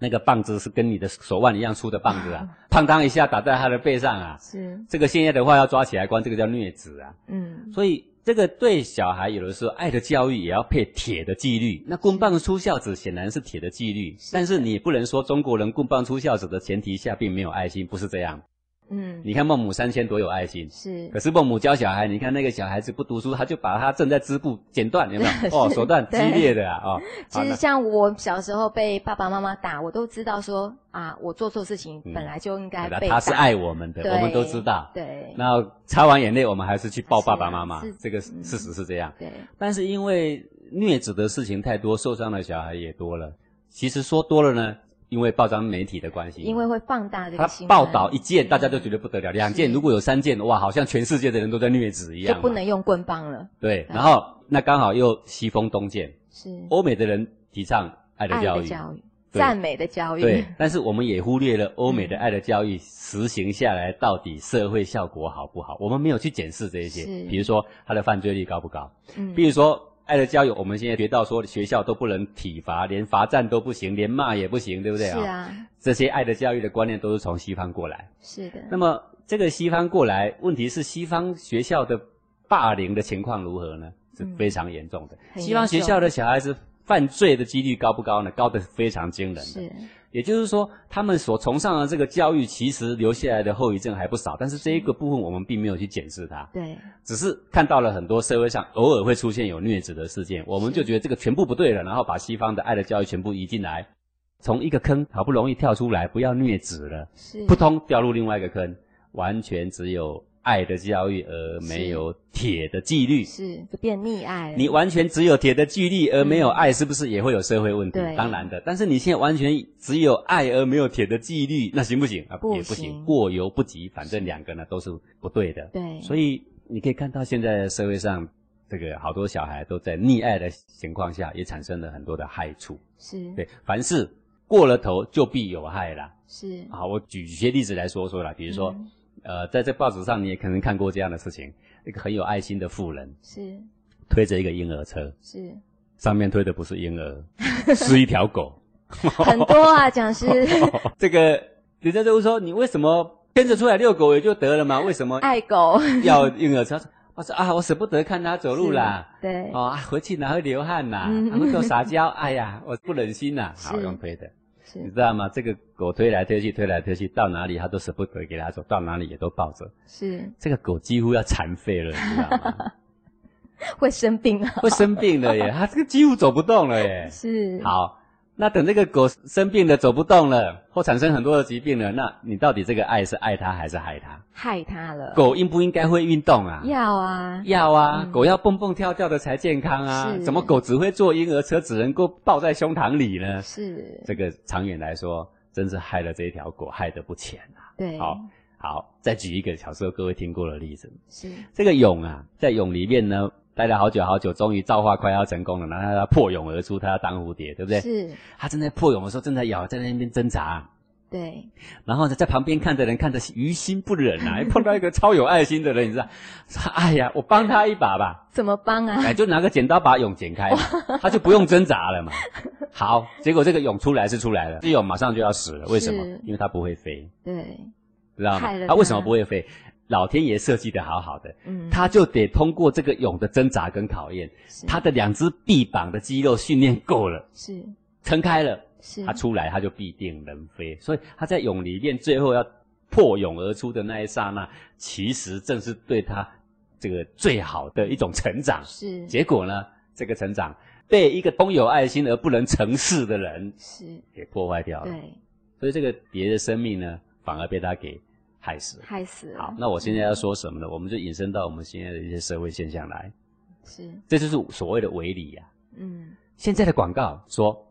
[SPEAKER 2] 那个棒子是跟你的手腕一样粗的棒子啊，砰当一下打在他的背上啊。
[SPEAKER 1] 是
[SPEAKER 2] 这个现在的话要抓起来关，这个叫虐子啊。
[SPEAKER 1] 嗯
[SPEAKER 2] 所以这个对小孩有的时候爱的教育也要配铁的纪律。那棍棒出孝子显然是铁的纪律，但是你不能说中国人棍棒出孝子的前提下并没有爱心，不是这样。
[SPEAKER 1] 嗯
[SPEAKER 2] 你看孟母三迁多有爱心。
[SPEAKER 1] 是
[SPEAKER 2] 可是孟母教小孩，你看那个小孩子不读书，他就把他正在织布剪断，有没有？哦，
[SPEAKER 1] 是
[SPEAKER 2] 手段激
[SPEAKER 1] 对
[SPEAKER 2] 烈的 啊，哦，
[SPEAKER 1] 其实
[SPEAKER 2] 那
[SPEAKER 1] 像我小时候被爸爸妈妈打，我都知道说啊，我做错事情本来就应该
[SPEAKER 2] 那
[SPEAKER 1] 被打。
[SPEAKER 2] 嗯他是爱我们的，
[SPEAKER 1] 对
[SPEAKER 2] 我们都知道。
[SPEAKER 1] 对
[SPEAKER 2] 那擦完眼泪，我们还是去抱爸爸妈妈
[SPEAKER 1] 是啊是，
[SPEAKER 2] 这个事实是这样。
[SPEAKER 1] 对
[SPEAKER 2] 但是因为虐子的事情太多，受伤的小孩也多了。其实说多了呢，因为报章媒体的关系，
[SPEAKER 1] 因为会放大这
[SPEAKER 2] 他
[SPEAKER 1] 个新闻
[SPEAKER 2] 报道一件，大家都觉得不得了；两件，
[SPEAKER 1] 是
[SPEAKER 2] 如果有三件，哇，好像全世界的人都在虐子一
[SPEAKER 1] 就
[SPEAKER 2] 样嘛。
[SPEAKER 1] 不能嗯用棍棒了，
[SPEAKER 2] 对，然后那刚好又西风东渐，
[SPEAKER 1] 是
[SPEAKER 2] 欧美的人提倡爱的
[SPEAKER 1] 爱
[SPEAKER 2] 教
[SPEAKER 1] 的
[SPEAKER 2] 育，
[SPEAKER 1] 教育、
[SPEAKER 2] 对
[SPEAKER 1] 赞美的教育，
[SPEAKER 2] 对，但是我们也忽略了欧美的爱的教育实行下来到底社会效果好不好，我们没有去检视这一些
[SPEAKER 1] 是，
[SPEAKER 2] 比如说它的犯罪率高不高，
[SPEAKER 1] 嗯
[SPEAKER 2] 比如说。爱的教育，我们现在学到说学校都不能体罚，连罚站都不行，连骂也不行，对不对
[SPEAKER 1] 是啊，
[SPEAKER 2] 这些爱的教育的观念都是从西方过来。
[SPEAKER 1] 是的，
[SPEAKER 2] 那么这个西方过来，问题是西方学校的霸凌的情况如何呢？是
[SPEAKER 1] 嗯
[SPEAKER 2] 非常严重的。
[SPEAKER 1] 很
[SPEAKER 2] 西方学
[SPEAKER 1] 严重
[SPEAKER 2] 校的小孩子犯罪的几率高不高呢？高的非常惊人的。
[SPEAKER 1] 是
[SPEAKER 2] 也就是说，他们所崇尚的这个教育，其实留下来的后遗症还不少。但是这一个部分，我们并没有去检视它，
[SPEAKER 1] 对
[SPEAKER 2] 只是看到了很多社会上偶尔会出现有虐子的事件，我们就觉得这个全部不对了，然后把西方的爱的教育全部移进来，从一个坑好不容易跳出来，不要虐子了，
[SPEAKER 1] 是
[SPEAKER 2] 扑通掉入另外一个坑，完全只有爱的教育而没有铁的纪律。
[SPEAKER 1] 是就变溺爱了，
[SPEAKER 2] 你完全只有铁的距离而没有爱，是不是也会有社会问题？
[SPEAKER 1] 对
[SPEAKER 2] 当然的。但是你现在完全只有爱而没有铁的纪律，那行不行啊？
[SPEAKER 1] 不
[SPEAKER 2] 也不
[SPEAKER 1] 行
[SPEAKER 2] 行，过犹不及。反正两个呢都是不对的。
[SPEAKER 1] 对，
[SPEAKER 2] 所以你可以看到现在的社会上，这个好多小孩都在溺爱的情况下，也产生了很多的害处。
[SPEAKER 1] 是
[SPEAKER 2] 对，凡事过了头就必有害啦。
[SPEAKER 1] 是
[SPEAKER 2] 好，我举一些例子来说说啦，比如说，
[SPEAKER 1] 嗯
[SPEAKER 2] 呃，在这报纸上你也可能看过这样的事情，一个很有爱心的妇人
[SPEAKER 1] 是
[SPEAKER 2] 推着一个婴儿车。
[SPEAKER 1] 是
[SPEAKER 2] 上面推的不是婴儿， 是一条狗。
[SPEAKER 1] 很多啊，讲师
[SPEAKER 2] 这个人家就会说：“你为什么牵着出来遛狗也就得了嘛？为什么
[SPEAKER 1] 爱狗
[SPEAKER 2] 要婴儿车？”我说：“啊，我舍不得看它走路啦，
[SPEAKER 1] 是对
[SPEAKER 2] 哦，啊回去哪会流汗呐、
[SPEAKER 1] 嗯
[SPEAKER 2] 还会给我撒娇，哎呀，我不忍心呐、
[SPEAKER 1] 是
[SPEAKER 2] 好，用推的，你
[SPEAKER 1] 是
[SPEAKER 2] 知道吗？这个狗推来推去，推来推去，到哪里它都舍不得给它走，到哪里也都抱着。
[SPEAKER 1] 是
[SPEAKER 2] 这个狗几乎要残废了，你知道吗？
[SPEAKER 1] 会生病 啊，
[SPEAKER 2] 会生病了耶，它这个几乎走不动了耶。
[SPEAKER 1] 是
[SPEAKER 2] 好，那等这个狗生病了，走不动了，或产生很多的疾病了，那你到底这个爱是爱它还是害它？
[SPEAKER 1] 害他了，
[SPEAKER 2] 狗应不应该会运动啊？
[SPEAKER 1] 嗯要啊，
[SPEAKER 2] 要啊，
[SPEAKER 1] 嗯
[SPEAKER 2] 狗要蹦蹦跳跳的才健康啊
[SPEAKER 1] 是！
[SPEAKER 2] 怎么狗只会坐婴儿车，只能够抱在胸膛里呢？
[SPEAKER 1] 是
[SPEAKER 2] 这个长远来说，真是害了这一条狗，害得不浅啊！
[SPEAKER 1] 对，
[SPEAKER 2] 好，好，再举一个小时候各位听过的例子，
[SPEAKER 1] 是
[SPEAKER 2] 这个蛹啊，在蛹里面呢待了好久好久，终于造化快要成功了，然后它破蛹而出，它要当蝴蝶，对不对？
[SPEAKER 1] 是，
[SPEAKER 2] 他正在破蛹的时候，正在咬，在那边挣扎，
[SPEAKER 1] 对，
[SPEAKER 2] 然后呢，在旁边看的人看着于心不忍啊， 碰到一个超有爱心的人，你知道，说哎呀，我帮他一把吧，
[SPEAKER 1] 怎么帮啊？
[SPEAKER 2] 哎，就拿个剪刀把蛹剪 开嘛，他就不用挣扎了嘛。好，结果这个蛹出来是出来了，这蛹马上就要死了，为什么
[SPEAKER 1] 是？
[SPEAKER 2] 因为它不会飞，
[SPEAKER 1] 对，
[SPEAKER 2] 知道吗
[SPEAKER 1] 害了？
[SPEAKER 2] 它为什
[SPEAKER 1] 它
[SPEAKER 2] 么不会飞？老天爷设计的好好的，
[SPEAKER 1] 嗯，
[SPEAKER 2] 它就得通过这个蛹的挣扎跟考验，
[SPEAKER 1] 是
[SPEAKER 2] 它的两只臂膀的肌肉训练够了，
[SPEAKER 1] 是
[SPEAKER 2] 撑开了。
[SPEAKER 1] 是
[SPEAKER 2] 它出来它就必定能飞，所以它在蛹里面最后要破蛹而出的那一刹那，其实正是对它这个最好的一种成长。
[SPEAKER 1] 是
[SPEAKER 2] 结果呢，这个成长被一个空有爱心而不能成事的人
[SPEAKER 1] 是，
[SPEAKER 2] 给破坏掉了。
[SPEAKER 1] 对，
[SPEAKER 2] 所以这个蝶的生命呢，反而被他给害死了。
[SPEAKER 1] 害死了。
[SPEAKER 2] 好，那我现在要说什么呢？我们就引申到我们现在的一些社会现象来，
[SPEAKER 1] 是，
[SPEAKER 2] 这就是所谓的违理呀、
[SPEAKER 1] 嗯，
[SPEAKER 2] 现在的广告说，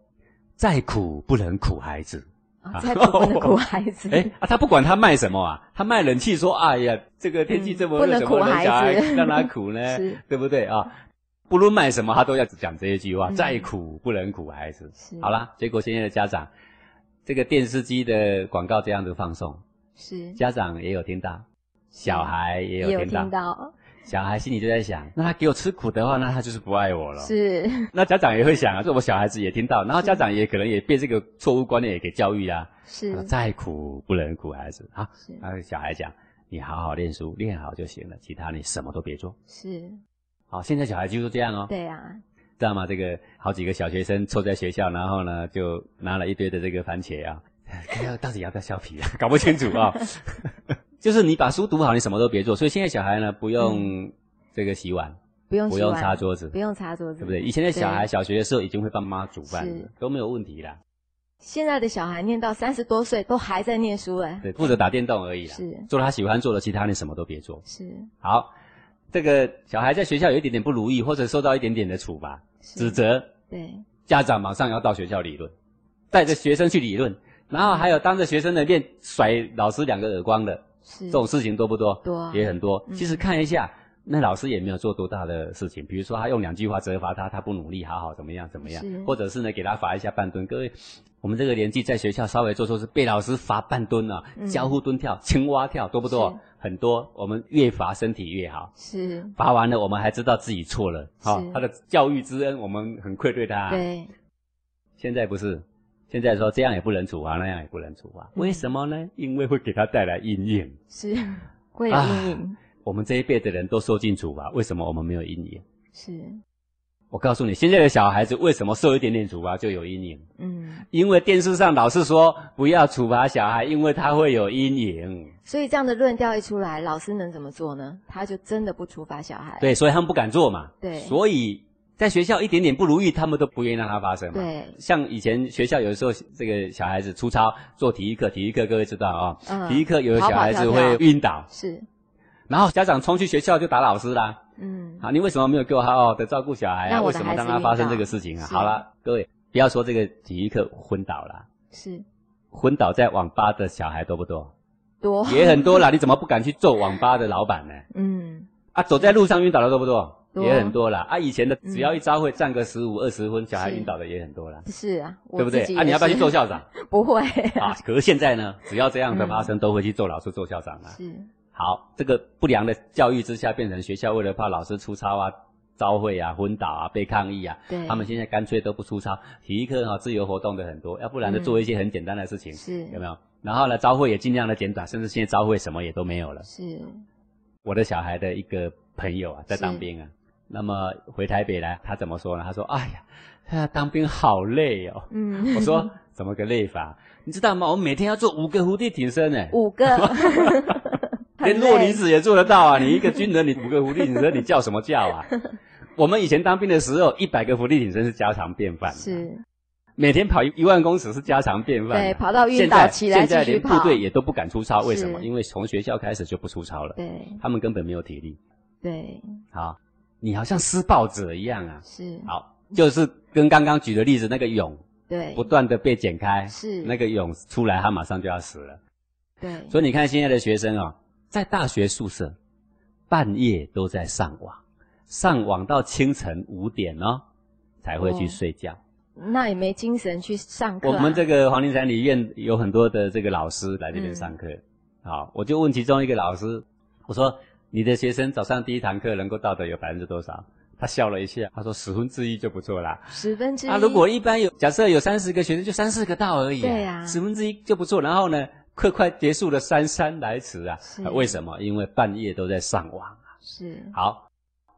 [SPEAKER 2] 再苦不能苦孩子。
[SPEAKER 1] 啊
[SPEAKER 2] 啊
[SPEAKER 1] 再不能苦孩子，
[SPEAKER 2] 哎、啊，他不管他卖什么啊，他卖冷气说，哎呀，这个天气这么
[SPEAKER 1] 嗯不
[SPEAKER 2] 热，
[SPEAKER 1] 能
[SPEAKER 2] 怎
[SPEAKER 1] 苦
[SPEAKER 2] 么能
[SPEAKER 1] 孩
[SPEAKER 2] 小孩
[SPEAKER 1] 子
[SPEAKER 2] 让他苦呢？
[SPEAKER 1] 是
[SPEAKER 2] 对不对啊？不论卖什么，他都要讲这一句话：
[SPEAKER 1] 嗯
[SPEAKER 2] 再苦不能苦孩子。
[SPEAKER 1] 是
[SPEAKER 2] 好，啦，结果现在的家长，这个电视机的广告这样子放送，
[SPEAKER 1] 是
[SPEAKER 2] 家长也有听到，小孩也有
[SPEAKER 1] 也有
[SPEAKER 2] 听到，
[SPEAKER 1] 听到，
[SPEAKER 2] 小孩心里就在想：那他给我吃苦的话，那他就是不爱我了。
[SPEAKER 1] 是
[SPEAKER 2] 那家长也会想啊，这我小孩子也听到，然后家长也可能也被这个错误观念也给教育啊，
[SPEAKER 1] 是
[SPEAKER 2] 啊再苦不能苦孩子啊。
[SPEAKER 1] 是
[SPEAKER 2] 那小孩讲，你好好念书，练好就行了，其他你什么都别做。
[SPEAKER 1] 是，
[SPEAKER 2] 好，现在小孩就是这样哦，
[SPEAKER 1] 对啊，
[SPEAKER 2] 知道吗？这个好几个小学生凑在学校，然后呢就拿了一堆的这个番茄啊， 要到底要不要削皮啊？搞不清楚啊、 就是你把书读好，你什么都别做。所以现在小孩呢，不用这个洗碗，
[SPEAKER 1] 嗯不用
[SPEAKER 2] 不
[SPEAKER 1] 洗
[SPEAKER 2] 用
[SPEAKER 1] 碗
[SPEAKER 2] 擦桌子
[SPEAKER 1] 不用擦桌子，
[SPEAKER 2] 对不对？以前的小孩
[SPEAKER 1] 对
[SPEAKER 2] 小学的时候已经会帮妈煮饭了
[SPEAKER 1] 是，
[SPEAKER 2] 都没有问题啦。
[SPEAKER 1] 现在的小孩念到三十多岁都还在念书哎，
[SPEAKER 2] 对，负责打电动而已啦，
[SPEAKER 1] 是
[SPEAKER 2] 做他喜欢做的，其他你什么都别做。
[SPEAKER 1] 是
[SPEAKER 2] 好，这个小孩在学校有一点点不如意，或者受到一点点的处罚、
[SPEAKER 1] 是
[SPEAKER 2] 指责，
[SPEAKER 1] 对
[SPEAKER 2] 家长马上要到学校理论，带着学生去理论，然后还有当着学生的面甩老师两个耳光的，
[SPEAKER 1] 是
[SPEAKER 2] 这种事情多不多？
[SPEAKER 1] 多啊
[SPEAKER 2] 也很多。
[SPEAKER 1] 嗯
[SPEAKER 2] 其实看一下，那老师也没有做多大的事情，比如说他用两句话责罚他，他不努力，好好怎么样怎么样
[SPEAKER 1] 是，
[SPEAKER 2] 或者是呢给他罚一下半蹲。各位，我们这个年纪在学校稍微做错事，被老师罚半蹲啊
[SPEAKER 1] 嗯，
[SPEAKER 2] 交互蹲跳、青蛙跳，多不多
[SPEAKER 1] 是？
[SPEAKER 2] 很多。我们越罚身体越好。
[SPEAKER 1] 是，
[SPEAKER 2] 罚完了，我们还知道自己错了，好、
[SPEAKER 1] 是
[SPEAKER 2] 他的教育之恩，我们很愧对他、
[SPEAKER 1] 对
[SPEAKER 2] 现在不是，现在说这样也不能处罚，那样也不能处罚，
[SPEAKER 1] 嗯
[SPEAKER 2] 为什么呢？因为会给他带来阴影。
[SPEAKER 1] 是 会有
[SPEAKER 2] 啊
[SPEAKER 1] 阴影，
[SPEAKER 2] 我们这一辈的人都受尽处罚，为什么我们没有阴影？
[SPEAKER 1] 是
[SPEAKER 2] 我告诉你，现在的小孩子为什么受一点点处罚就有阴影？
[SPEAKER 1] 嗯，
[SPEAKER 2] 因为电视上老是说不要处罚小孩，因为他会有阴影。
[SPEAKER 1] 所以这样的论调一出来，老师能怎么做呢？他就真的不处罚小孩，
[SPEAKER 2] 对，所以他们不敢做嘛。
[SPEAKER 1] 对
[SPEAKER 2] 所以在学校一点点不如意，他们都不愿意让它发生嘛。
[SPEAKER 1] 对
[SPEAKER 2] 像以前学校有时候这个小孩子出操做体育课，体育课各位知道啊、
[SPEAKER 1] 嗯
[SPEAKER 2] 体育课有的小孩
[SPEAKER 1] 跑
[SPEAKER 2] 子
[SPEAKER 1] 跑跳跳
[SPEAKER 2] 会晕倒，
[SPEAKER 1] 是
[SPEAKER 2] 然后家长冲去学校就打老师啦。
[SPEAKER 1] 嗯
[SPEAKER 2] 啊，你为什么没有给我好好的照顾小孩啊？
[SPEAKER 1] 让我
[SPEAKER 2] 为
[SPEAKER 1] 的
[SPEAKER 2] 什么
[SPEAKER 1] 孩子
[SPEAKER 2] 让他
[SPEAKER 1] 晕
[SPEAKER 2] 发生
[SPEAKER 1] 倒
[SPEAKER 2] 这个事情啊？
[SPEAKER 1] 是
[SPEAKER 2] 好了，各位不要说这个体育课昏倒啦，
[SPEAKER 1] 是
[SPEAKER 2] 昏倒在网吧的小孩多不多？
[SPEAKER 1] 多
[SPEAKER 2] 也很多啦，你怎么不敢去做网吧的老板 呢？
[SPEAKER 1] 嗯
[SPEAKER 2] 啊，走在路上晕倒的多不多？
[SPEAKER 1] 多
[SPEAKER 2] 也很多啦。啊，以前的
[SPEAKER 1] 嗯
[SPEAKER 2] 只要一招会占个十五二十分，小孩
[SPEAKER 1] 是
[SPEAKER 2] 晕倒的也很多啦，
[SPEAKER 1] 是啊，我
[SPEAKER 2] 对不对
[SPEAKER 1] 自己？
[SPEAKER 2] 啊，你
[SPEAKER 1] 也
[SPEAKER 2] 要不要去
[SPEAKER 1] 是
[SPEAKER 2] 做？校长
[SPEAKER 1] 不会
[SPEAKER 2] 啊？可是现在呢，只要这样的发生，都会去做老师、做校长啦。啊
[SPEAKER 1] 是
[SPEAKER 2] 好，这个不良的教育之下，变成学校为了怕老师出操啊、招会啊、昏倒啊、被抗议啊，
[SPEAKER 1] 对
[SPEAKER 2] 他们现在干脆都不出操，体育课哈、自由活动的很多，要不然呢
[SPEAKER 1] 嗯
[SPEAKER 2] 做一些很简单的事情，
[SPEAKER 1] 是
[SPEAKER 2] 有没有？然后呢，招会也尽量的减短，甚至现在招会什么也都没有了。
[SPEAKER 1] 是
[SPEAKER 2] 我的小孩的一个朋友啊，在
[SPEAKER 1] 是
[SPEAKER 2] 当兵啊，那么回台北来，他怎么说呢？他说：“哎呀，他当兵好累 哦。”
[SPEAKER 1] 嗯
[SPEAKER 2] 我说：“怎么个累法？你知道吗？我每天要做五个伏地挺身呢。”
[SPEAKER 1] 五个 很
[SPEAKER 2] 连诺
[SPEAKER 1] 累
[SPEAKER 2] 离子也做得到啊！你一个军人，你五个伏地挺身，你叫什么叫 啊？我们以前当兵的时候，一百个伏地挺身是家常便饭，
[SPEAKER 1] 是
[SPEAKER 2] 每天跑一万公尺是家常便饭啊。
[SPEAKER 1] 对跑到晕
[SPEAKER 2] 现
[SPEAKER 1] 倒
[SPEAKER 2] 在
[SPEAKER 1] 起来
[SPEAKER 2] 现在
[SPEAKER 1] 继续
[SPEAKER 2] 连
[SPEAKER 1] 跑
[SPEAKER 2] 部队也都不敢出操，为什么？
[SPEAKER 1] 是
[SPEAKER 2] 因为从学校开始就不出操了，
[SPEAKER 1] 对
[SPEAKER 2] 他们根本没有体力。
[SPEAKER 1] 对
[SPEAKER 2] 好，你好像施暴者一样啊！
[SPEAKER 1] 是
[SPEAKER 2] 好，就是跟刚刚举的例子那个蛹，
[SPEAKER 1] 对
[SPEAKER 2] 不断的被剪开，
[SPEAKER 1] 是
[SPEAKER 2] 那个蛹出来，它马上就要死了。
[SPEAKER 1] 对
[SPEAKER 2] 所以你看现在的学生啊、在大学宿舍半夜都在上网，上网到清晨五点哦才会去
[SPEAKER 1] 哦
[SPEAKER 2] 睡觉。
[SPEAKER 1] 那也没精神去上课啊、
[SPEAKER 2] 我们这个黄庭山里院有很多的这个老师来这边
[SPEAKER 1] 嗯
[SPEAKER 2] 上课，好，我就问其中一个老师，我说你的学生早上第一堂课能够到的有百分之多少？他笑了一下，他说十分之一就不错啦。
[SPEAKER 1] 十分之一，
[SPEAKER 2] 啊，如果一般有假设有三十个学生，就三四个到而已、
[SPEAKER 1] 对啊
[SPEAKER 2] 十分之一就不错。然后呢，快快结束了，姗姗来迟啊
[SPEAKER 1] 是
[SPEAKER 2] 啊为什么？因为半夜都在上网啊。
[SPEAKER 1] 是
[SPEAKER 2] 好，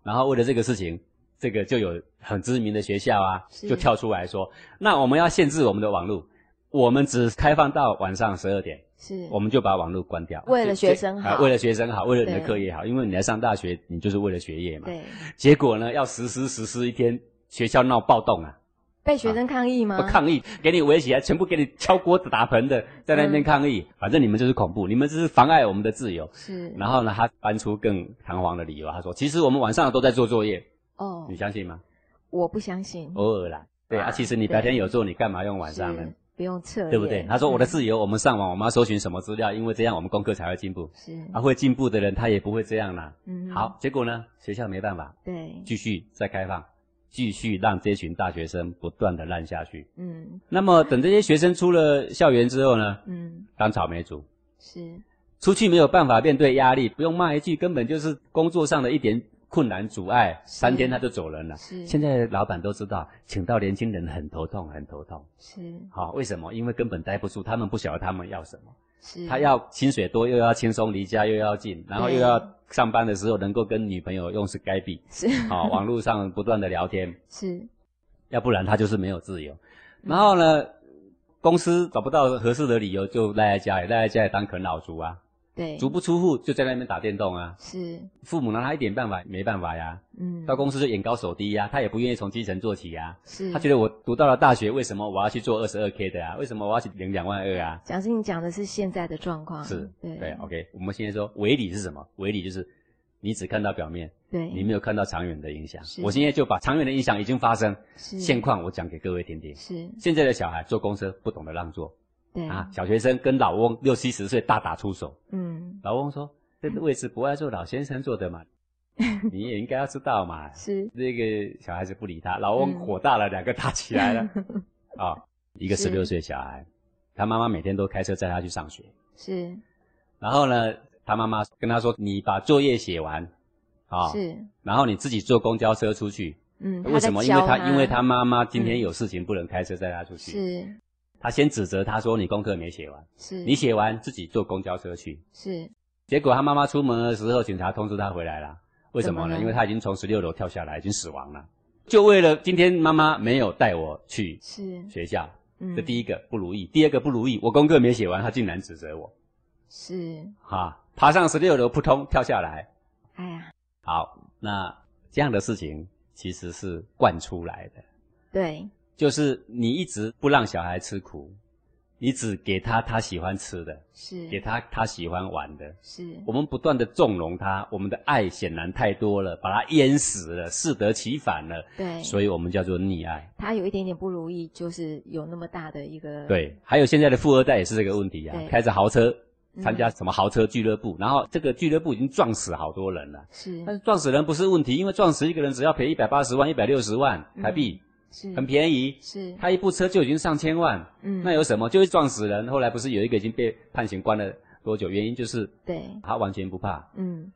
[SPEAKER 2] 然后为了这个事情，这个就有很知名的学校啊，
[SPEAKER 1] 是
[SPEAKER 2] 就跳出来说，那我们要限制我们的网络，我们只开放到晚上十二点。
[SPEAKER 1] 是
[SPEAKER 2] 我们就把网络关掉。
[SPEAKER 1] 为了
[SPEAKER 2] 就
[SPEAKER 1] 学生好
[SPEAKER 2] 啊为了学生好，为了你的
[SPEAKER 1] 对
[SPEAKER 2] 课业好，因为你来上大学，你就是为了学业嘛。
[SPEAKER 1] 对
[SPEAKER 2] 结果呢，要实施实施一天，学校闹暴动啊，
[SPEAKER 1] 被学生抗议吗？
[SPEAKER 2] 不抗议，给你围起来，全部给你敲锅子打盆的，在那
[SPEAKER 1] 嗯
[SPEAKER 2] 边抗议。反正你们就是恐怖，你们这是妨碍我们的自由。
[SPEAKER 1] 是
[SPEAKER 2] 然后呢，他搬出更堂皇的理由，他说：“其实我们晚上都在做作业，
[SPEAKER 1] 哦
[SPEAKER 2] 你，相信吗？
[SPEAKER 1] 我不相信。
[SPEAKER 2] 哦偶尔啦，对啊，其实你白天有做，你干嘛用晚上呢？
[SPEAKER 1] 是不用测验，嗯
[SPEAKER 2] 对不对？”他说：“我的
[SPEAKER 1] 由
[SPEAKER 2] 自由，我们上网，我们要搜寻什么资料，因为这样我们功课才会进步。
[SPEAKER 1] 是
[SPEAKER 2] 啊，会进步的人他也不会这样啦。
[SPEAKER 1] 嗯
[SPEAKER 2] 好，结果呢，学校没办法，
[SPEAKER 1] 对
[SPEAKER 2] 继续再开放，继续让这群大学生不断的烂下去。
[SPEAKER 1] 嗯
[SPEAKER 2] 那么等这些学生出了校园之后呢，
[SPEAKER 1] 嗯
[SPEAKER 2] 当草莓族，
[SPEAKER 1] 是
[SPEAKER 2] 出去没有办法面对压力，不用骂一句，根本就是工作上的一点困难阻碍，
[SPEAKER 1] 是
[SPEAKER 2] 三天他就走人了。
[SPEAKER 1] 是
[SPEAKER 2] 现在老板都知道，请到年轻人很头痛，很头痛。
[SPEAKER 1] 是
[SPEAKER 2] 好、为什么？因为根本待不住，他们不晓得他们要什么。
[SPEAKER 1] 是
[SPEAKER 2] 他要薪水多，又要轻松离家，又要近，然后
[SPEAKER 1] 对
[SPEAKER 2] 又要上班的时候能够跟女朋友 用 Skype，
[SPEAKER 1] 是
[SPEAKER 2] 好、网络上不断的聊天。
[SPEAKER 1] 是
[SPEAKER 2] 要不然他就是没有自由。然后呢，公司找不到合适的理由，就赖在家里，赖在家里当啃老族啊，
[SPEAKER 1] 对
[SPEAKER 2] 足不出户就在那边打电动啊。
[SPEAKER 1] 是
[SPEAKER 2] 父母拿他一点办法没办法呀，
[SPEAKER 1] 嗯
[SPEAKER 2] 到公司就眼高手低呀、他也不愿意从基层做起呀、
[SPEAKER 1] 是
[SPEAKER 2] 他觉得我读到了大学，为什么我要去做二十二 k 的啊？为什么我要去领两万二啊？
[SPEAKER 1] 讲是你讲的是现在的状况，
[SPEAKER 2] 是，
[SPEAKER 1] 对
[SPEAKER 2] 对，OK。我哦们现在说唯理是什么？唯理就是你只看到表面，
[SPEAKER 1] 对，
[SPEAKER 2] 你没有看到长远的影响
[SPEAKER 1] 是。
[SPEAKER 2] 我现在就把长远的影响已经发生
[SPEAKER 1] 是
[SPEAKER 2] 现况，我讲给各位听听。
[SPEAKER 1] 是
[SPEAKER 2] 现在的小孩坐公车不懂得让座
[SPEAKER 1] 对
[SPEAKER 2] 啊，小学生跟老翁六七十岁大打出手，
[SPEAKER 1] 嗯
[SPEAKER 2] 老翁说：“这个位置不爱坐老先生坐的 嘛，你也应该要知道嘛。
[SPEAKER 1] 是”
[SPEAKER 2] 这个小孩子不理他，老翁
[SPEAKER 1] 嗯
[SPEAKER 2] 火大了，两个打起 来了啊、一个
[SPEAKER 1] 是
[SPEAKER 2] 十六岁小孩，他妈妈每天都开车载他去上学，
[SPEAKER 1] 是
[SPEAKER 2] 然后呢，他妈妈跟他说：“你把作业写完啊、
[SPEAKER 1] 是
[SPEAKER 2] 然后你自己坐公交车出去。”
[SPEAKER 1] 嗯，
[SPEAKER 2] 为什么？因为他因为他妈妈今天
[SPEAKER 1] 嗯
[SPEAKER 2] 有事情不能开车载他出去，
[SPEAKER 1] 是
[SPEAKER 2] 他先指责他说：“你功课没写完。”
[SPEAKER 1] 是
[SPEAKER 2] 你写完自己坐公交车去。
[SPEAKER 1] 是
[SPEAKER 2] 结果他妈妈出门的时候，警察通知他回来了。为什么
[SPEAKER 1] 怎么
[SPEAKER 2] 呢？
[SPEAKER 1] 了
[SPEAKER 2] 因为他已经从十六楼跳下来，已经死亡了。就为了今天妈妈没有带我去
[SPEAKER 1] 是
[SPEAKER 2] 学校，
[SPEAKER 1] 嗯
[SPEAKER 2] 这第一个不如意，第二个不如意，我功课没写完，他竟然指责我，
[SPEAKER 1] 是
[SPEAKER 2] 哈，爬上十六楼，扑通跳下来。
[SPEAKER 1] 哎呀
[SPEAKER 2] 好，那这样的事情其实是惯出来的，
[SPEAKER 1] 对
[SPEAKER 2] 就是你一直不让小孩吃苦，你只给他他喜欢吃的，
[SPEAKER 1] 是
[SPEAKER 2] 给他他喜欢玩的，
[SPEAKER 1] 是
[SPEAKER 2] 我们不断的纵容他，我们的爱显然太多了，把他淹死了，适得其反了，
[SPEAKER 1] 对，
[SPEAKER 2] 所以我们叫做溺爱。
[SPEAKER 1] 他有一点点不如意，就是有那么大的一个
[SPEAKER 2] 对，还有现在的富二代也是这个问题啊
[SPEAKER 1] 对，
[SPEAKER 2] 开着豪车
[SPEAKER 1] 嗯
[SPEAKER 2] 参加什么豪车俱乐部，然后这个俱乐部已经撞死好多人了。
[SPEAKER 1] 是
[SPEAKER 2] 但是撞死人不是问题，因为撞死一个人只要赔一百八十万、一百六十万
[SPEAKER 1] 嗯
[SPEAKER 2] 台币，
[SPEAKER 1] 是
[SPEAKER 2] 很便宜。
[SPEAKER 1] 是
[SPEAKER 2] 他一部车就已经上千万，
[SPEAKER 1] 嗯
[SPEAKER 2] 那有什么？就是撞死人。后来不是有一个已经被判刑关了多久？原因就是
[SPEAKER 1] 对
[SPEAKER 2] 他完全不怕，
[SPEAKER 1] 嗯，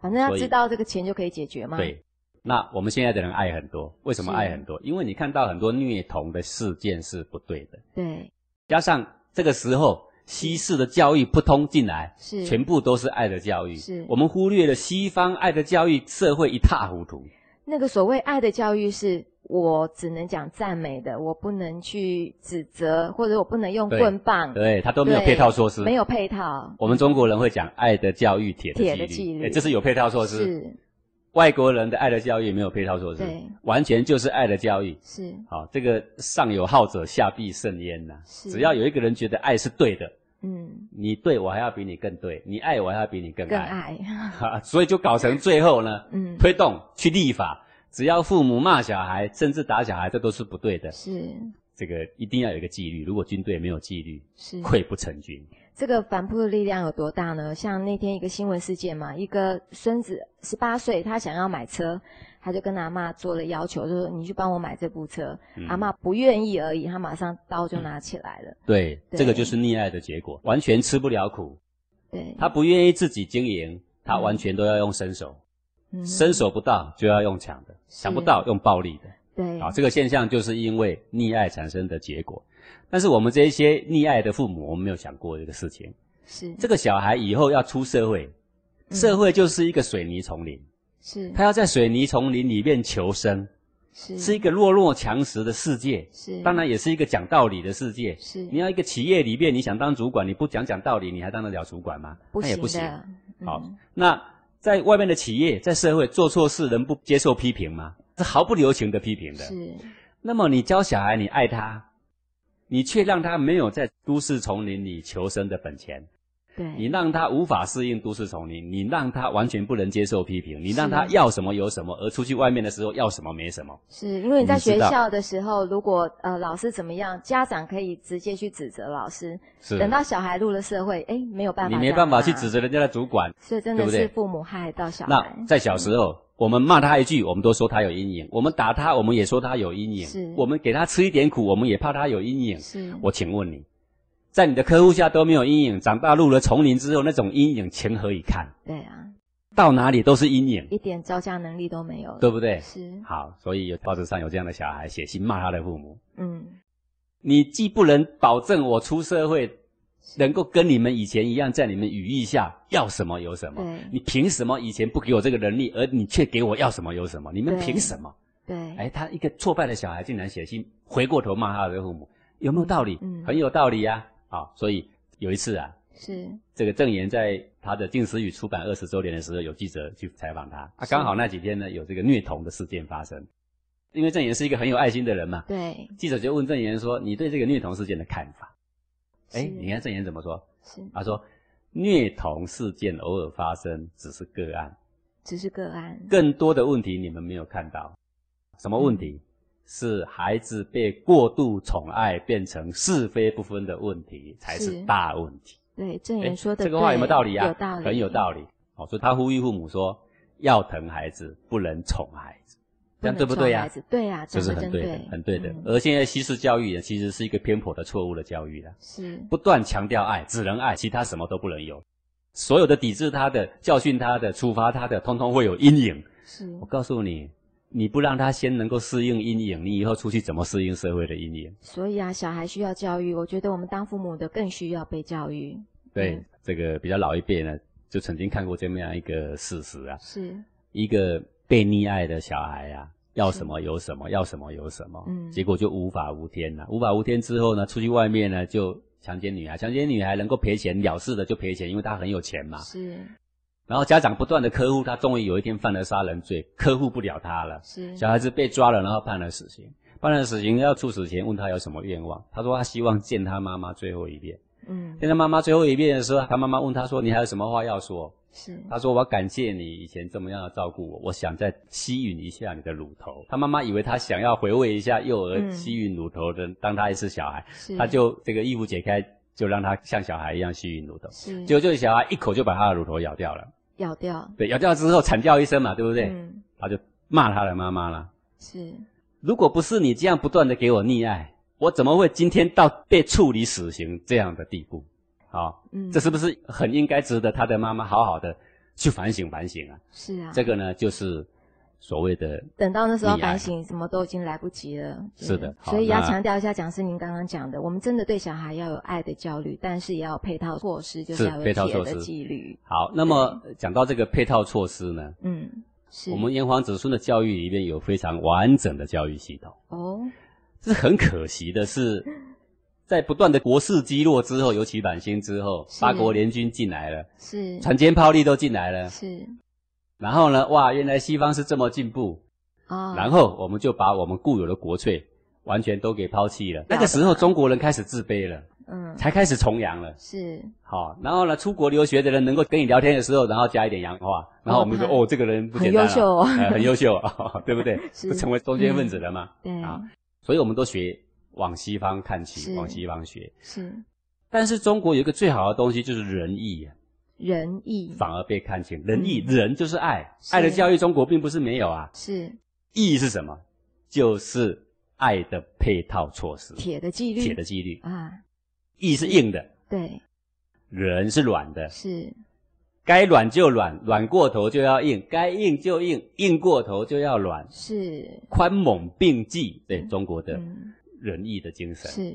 [SPEAKER 1] 反正他
[SPEAKER 2] 所以
[SPEAKER 1] 知道这个钱就可以解决嘛，
[SPEAKER 2] 对，那我们现在的人爱很多，为什么
[SPEAKER 1] 是
[SPEAKER 2] 爱很多？因为你看到很多虐童的事件是不对的，
[SPEAKER 1] 对
[SPEAKER 2] 加上这个时候西式的教育扑通进来，
[SPEAKER 1] 是
[SPEAKER 2] 全部都是爱的教育，
[SPEAKER 1] 是
[SPEAKER 2] 我们忽略了西方爱的教育，社会一塌糊涂。
[SPEAKER 1] 那个所谓爱的教育是。我只能讲赞美的，我不能去指责，或者我不能用
[SPEAKER 2] 对呃
[SPEAKER 1] 棍棒，
[SPEAKER 2] 对他都没有配套措施，
[SPEAKER 1] 没。有配套，
[SPEAKER 2] 我们中国人会讲爱的教育，铁的
[SPEAKER 1] 铁
[SPEAKER 2] 纪
[SPEAKER 1] 的
[SPEAKER 2] 律，
[SPEAKER 1] 纪律
[SPEAKER 2] 哎这是有配套措施。
[SPEAKER 1] 是
[SPEAKER 2] 外国人的爱的教育没有配套措施
[SPEAKER 1] 对，
[SPEAKER 2] 完全就是爱的教育。
[SPEAKER 1] 是
[SPEAKER 2] 好、这个上有好者，下必甚焉呐、
[SPEAKER 1] 是
[SPEAKER 2] 只要有一个人觉得爱是对的，
[SPEAKER 1] 嗯，
[SPEAKER 2] 你对我还要比你更对，你爱我还要比你更
[SPEAKER 1] 更
[SPEAKER 2] 爱，
[SPEAKER 1] 爱，
[SPEAKER 2] 所以就搞成最后呢，
[SPEAKER 1] 嗯
[SPEAKER 2] 推动去立法，只要父母骂小孩，甚至打小孩，这都是不对的。
[SPEAKER 1] 是
[SPEAKER 2] 这个一定要有一个纪律，如果军队没有纪律，
[SPEAKER 1] 是。
[SPEAKER 2] 溃不成军。
[SPEAKER 1] 这个反扑的力量有多大呢？像那天一个新闻事件嘛，一个孙子十八岁，他想要买车，他就跟阿妈做了要求，就说你去帮我买这部车。
[SPEAKER 2] 嗯
[SPEAKER 1] 阿妈不愿意而已，他马上刀就拿起来了。
[SPEAKER 2] 对，
[SPEAKER 1] 对
[SPEAKER 2] 这个就是溺爱的结果，完全吃不了苦。
[SPEAKER 1] 对，
[SPEAKER 2] 他不愿意自己经营，他
[SPEAKER 1] 嗯
[SPEAKER 2] 完全都要用伸手，
[SPEAKER 1] 嗯
[SPEAKER 2] 伸手不到就要用抢的，抢不到用暴力的。
[SPEAKER 1] 对
[SPEAKER 2] 啊，这个现象就是因为溺爱产生的结果。但是我们这一些溺爱的父母，我们没有想过这个事情。
[SPEAKER 1] 是嗯
[SPEAKER 2] 这个小孩以后要出社会，社会就是一个水泥丛林，
[SPEAKER 1] 是
[SPEAKER 2] 他要在水泥丛林里面求生，
[SPEAKER 1] 嗯是
[SPEAKER 2] 是一个弱肉强食的世界，
[SPEAKER 1] 是，
[SPEAKER 2] 当然也是一个讲道理的世界。
[SPEAKER 1] 是
[SPEAKER 2] 你要一个企业里面，你想当主管，你不讲讲道理，你还当得了主管吗？
[SPEAKER 1] 不
[SPEAKER 2] 那也
[SPEAKER 1] 行
[SPEAKER 2] 不行。
[SPEAKER 1] 的。嗯
[SPEAKER 2] 好，那在外面的企业，在社会做错事，能不接受批评吗？是毫不留情的批评的。
[SPEAKER 1] 是
[SPEAKER 2] 那么你教小孩，你爱他，你却让他没有在都市丛林里求生的本钱，
[SPEAKER 1] 对，
[SPEAKER 2] 你让他无法适应都市丛林，你让他完全不能接受批评，你让
[SPEAKER 1] 是
[SPEAKER 2] 他要什么有什么，而出去外面的时候要什么没什么。
[SPEAKER 1] 是因为你在
[SPEAKER 2] 你知
[SPEAKER 1] 学
[SPEAKER 2] 道
[SPEAKER 1] 校的时候，如果呃老师怎么样，家长可以直接去指责老师。
[SPEAKER 2] 是
[SPEAKER 1] 等到小孩入了社会，哎，没有办法，
[SPEAKER 2] 你没办法去指，责人家的主管。
[SPEAKER 1] 所以真的
[SPEAKER 2] 对不对
[SPEAKER 1] 是父母害到小
[SPEAKER 2] 那
[SPEAKER 1] 孩。
[SPEAKER 2] 在小时候，我们骂他一句，我们都说他有阴影；我们打他，我们也说他有阴影；
[SPEAKER 1] 是
[SPEAKER 2] 我们给他吃一点苦，我们也怕他有阴影。
[SPEAKER 1] 是
[SPEAKER 2] 我请问你，在你的呵护下都没有阴影，长大入了丛林之后，那种阴影情何以堪？
[SPEAKER 1] 对啊，
[SPEAKER 2] 到哪里都是阴影，
[SPEAKER 1] 一点招架能力都没有，
[SPEAKER 2] 对不对？
[SPEAKER 1] 是，
[SPEAKER 2] 好，所以有报纸上有这样的小孩写信骂他的父母，
[SPEAKER 1] 嗯，
[SPEAKER 2] 你既不能保证我出社会能够跟你们以前一样，在你们羽翼下要什么有什么
[SPEAKER 1] 对，
[SPEAKER 2] 你凭什么以前不给我这个能力，而你却给我要什么有什么？你们
[SPEAKER 1] 对
[SPEAKER 2] 凭什么？
[SPEAKER 1] 对，
[SPEAKER 2] 哎，他一个挫败的小孩竟然写信回过头骂他的父母，有没有道理？
[SPEAKER 1] 嗯
[SPEAKER 2] 很有道理呀、啊！好，所以有一次啊，
[SPEAKER 1] 是
[SPEAKER 2] 这个郑言在他的《近思语》出版二十周年的时候，有记者去采访他，啊，
[SPEAKER 1] 是
[SPEAKER 2] 刚好那几天呢有这个虐童的事件发生，因为郑言是一个很有爱心的人嘛，
[SPEAKER 1] 对，
[SPEAKER 2] 记者就问郑言说：“你对这个虐童事件的看法？”哎，
[SPEAKER 1] 是
[SPEAKER 2] 你看郑言怎么说？
[SPEAKER 1] 是
[SPEAKER 2] 他说：“虐童事件偶尔发生只是个案，
[SPEAKER 1] 只是个案，
[SPEAKER 2] 更多的问题你们没有看到。什么问
[SPEAKER 1] 嗯
[SPEAKER 2] 题？是孩子被过度宠爱变成是非不分的问题，才是
[SPEAKER 1] 是
[SPEAKER 2] 大问题。
[SPEAKER 1] 对，郑
[SPEAKER 2] 哎
[SPEAKER 1] 言说的
[SPEAKER 2] 这个话有没有
[SPEAKER 1] 对
[SPEAKER 2] 道理啊？
[SPEAKER 1] 有道理，
[SPEAKER 2] 很有道理。哦，所以他呼吁父母说，要疼孩子，不能宠孩子，这样
[SPEAKER 1] 能
[SPEAKER 2] 对不对
[SPEAKER 1] 宠
[SPEAKER 2] 呀、
[SPEAKER 1] 孩子对啊，
[SPEAKER 2] 这
[SPEAKER 1] 讲得
[SPEAKER 2] 是很
[SPEAKER 1] 真
[SPEAKER 2] 对
[SPEAKER 1] 对
[SPEAKER 2] 的，很对的。呃
[SPEAKER 1] 嗯
[SPEAKER 2] 而现在西式教育也其实是一个偏颇的、错误的教育了，
[SPEAKER 1] 是
[SPEAKER 2] 不断强调爱，只能爱，其他什么都不能有。所有的抵制他的、教训他的、处罚他的，通通会有阴影。
[SPEAKER 1] 是
[SPEAKER 2] 我告诉你，你不让他先能够适应阴影，你以后出去怎么适应社会的阴影？
[SPEAKER 1] 所以啊，小孩需要教育，我觉得我们当父母的更需要被教育。
[SPEAKER 2] 对，
[SPEAKER 1] 嗯
[SPEAKER 2] 这个比较老一辈呢，就曾经看过这么样一个事实啊，
[SPEAKER 1] 是
[SPEAKER 2] 一个被溺爱的小孩啊，要
[SPEAKER 1] 是
[SPEAKER 2] 什么有什么，要什么有什么，
[SPEAKER 1] 嗯
[SPEAKER 2] 结果就无法无天了、无法无天之后呢，出去外面呢就强奸女孩，强奸女孩能够赔钱了事的就赔钱，因为她很有钱嘛。
[SPEAKER 1] 是
[SPEAKER 2] 然后家长不断的呵护她，终于有一天犯了杀人罪，呵护不了她了。
[SPEAKER 1] 是
[SPEAKER 2] 小孩子被抓了，然后判了死刑。判了死刑要处死前问他有什么愿望，他说他希望见他妈妈最后一面。
[SPEAKER 1] 嗯
[SPEAKER 2] 见他妈妈最后一面的时候，他妈妈问他说：“你还有什么话要说
[SPEAKER 1] 是？”
[SPEAKER 2] 他说：“我感谢你以前这么样的照顾我，我想再吸吮一下你的乳头。”他妈妈以为他想要回味一下幼儿
[SPEAKER 1] 嗯
[SPEAKER 2] 吸吮乳头的，当他还是小孩，
[SPEAKER 1] 是，
[SPEAKER 2] 他就这个衣服解开，就让他像小孩一样吸吮乳头。
[SPEAKER 1] 是
[SPEAKER 2] 结果这个小孩一口就把他的乳头咬掉了，
[SPEAKER 1] 咬掉，
[SPEAKER 2] 对，咬掉之后惨叫一声嘛，对不对？
[SPEAKER 1] 嗯
[SPEAKER 2] 他就骂他的妈妈了。
[SPEAKER 1] 是
[SPEAKER 2] 如果不是你这样不断的给我溺爱，我怎么会今天到被处理死刑这样的地步？好、
[SPEAKER 1] 嗯
[SPEAKER 2] 这是不是很应该值得他的妈妈好好的去反省反省啊？
[SPEAKER 1] 是啊，
[SPEAKER 2] 这个呢，就是所谓的
[SPEAKER 1] 等到那时候
[SPEAKER 2] 溺爱
[SPEAKER 1] 反省，什么都已经来不及了。对
[SPEAKER 2] 是的好
[SPEAKER 1] 所以要
[SPEAKER 2] 那
[SPEAKER 1] 强调一下，讲师您刚刚讲的，我们真的对小孩要有爱的教育，但是也要有配套措施，就是是要有
[SPEAKER 2] 配套
[SPEAKER 1] 铁
[SPEAKER 2] 措
[SPEAKER 1] 的
[SPEAKER 2] 施
[SPEAKER 1] 纪律。
[SPEAKER 2] 好。那么呃讲到这个配套措施呢，
[SPEAKER 1] 嗯，是
[SPEAKER 2] 我们炎黄子孙的教育里面有非常完整的教育系统，
[SPEAKER 1] 哦，
[SPEAKER 2] 这是很可惜的是。在不断的国势击落之后，尤其满清之后，
[SPEAKER 1] 是
[SPEAKER 2] 八国联军进来了，
[SPEAKER 1] 是
[SPEAKER 2] 船坚炮利都进来了。
[SPEAKER 1] 是
[SPEAKER 2] 然后呢，哇，原来西方是这么进步，
[SPEAKER 1] 啊，
[SPEAKER 2] 然后我们就把我们固有的国粹完全都给抛弃了。那个时候，中国人开始自卑了，
[SPEAKER 1] 嗯
[SPEAKER 2] 才开始崇洋了。
[SPEAKER 1] 是
[SPEAKER 2] 好，然后呢，出国留学的人能够跟你聊天的时候，然后加一点洋话，然后我们就
[SPEAKER 1] 哦
[SPEAKER 2] 说哦，这个人不简
[SPEAKER 1] 很
[SPEAKER 2] 单、啊，
[SPEAKER 1] 优秀哦
[SPEAKER 2] 呃很优秀、 哦，对不对？
[SPEAKER 1] 是嗯
[SPEAKER 2] 就成为中间分子了嘛。
[SPEAKER 1] 对
[SPEAKER 2] 啊所以我们都学往西方看齐，
[SPEAKER 1] 是
[SPEAKER 2] 往西方学。
[SPEAKER 1] 是
[SPEAKER 2] 但是中国有一个最好的东西就是仁义啊，
[SPEAKER 1] 仁义
[SPEAKER 2] 反而被看轻。仁义，
[SPEAKER 1] 嗯
[SPEAKER 2] 仁就是爱，
[SPEAKER 1] 是
[SPEAKER 2] 爱的教育中国并不是没有啊。
[SPEAKER 1] 是
[SPEAKER 2] 义是什么？就是爱的配套措施，
[SPEAKER 1] 铁的纪律，
[SPEAKER 2] 铁的纪律。
[SPEAKER 1] 啊，
[SPEAKER 2] 义是硬的，
[SPEAKER 1] 对，
[SPEAKER 2] 人是软的，
[SPEAKER 1] 是
[SPEAKER 2] 该软就软，软过头就要硬，该硬就硬，硬过头就要软，
[SPEAKER 1] 是
[SPEAKER 2] 宽猛并济，对中国的
[SPEAKER 1] 嗯
[SPEAKER 2] 仁义的精神。
[SPEAKER 1] 是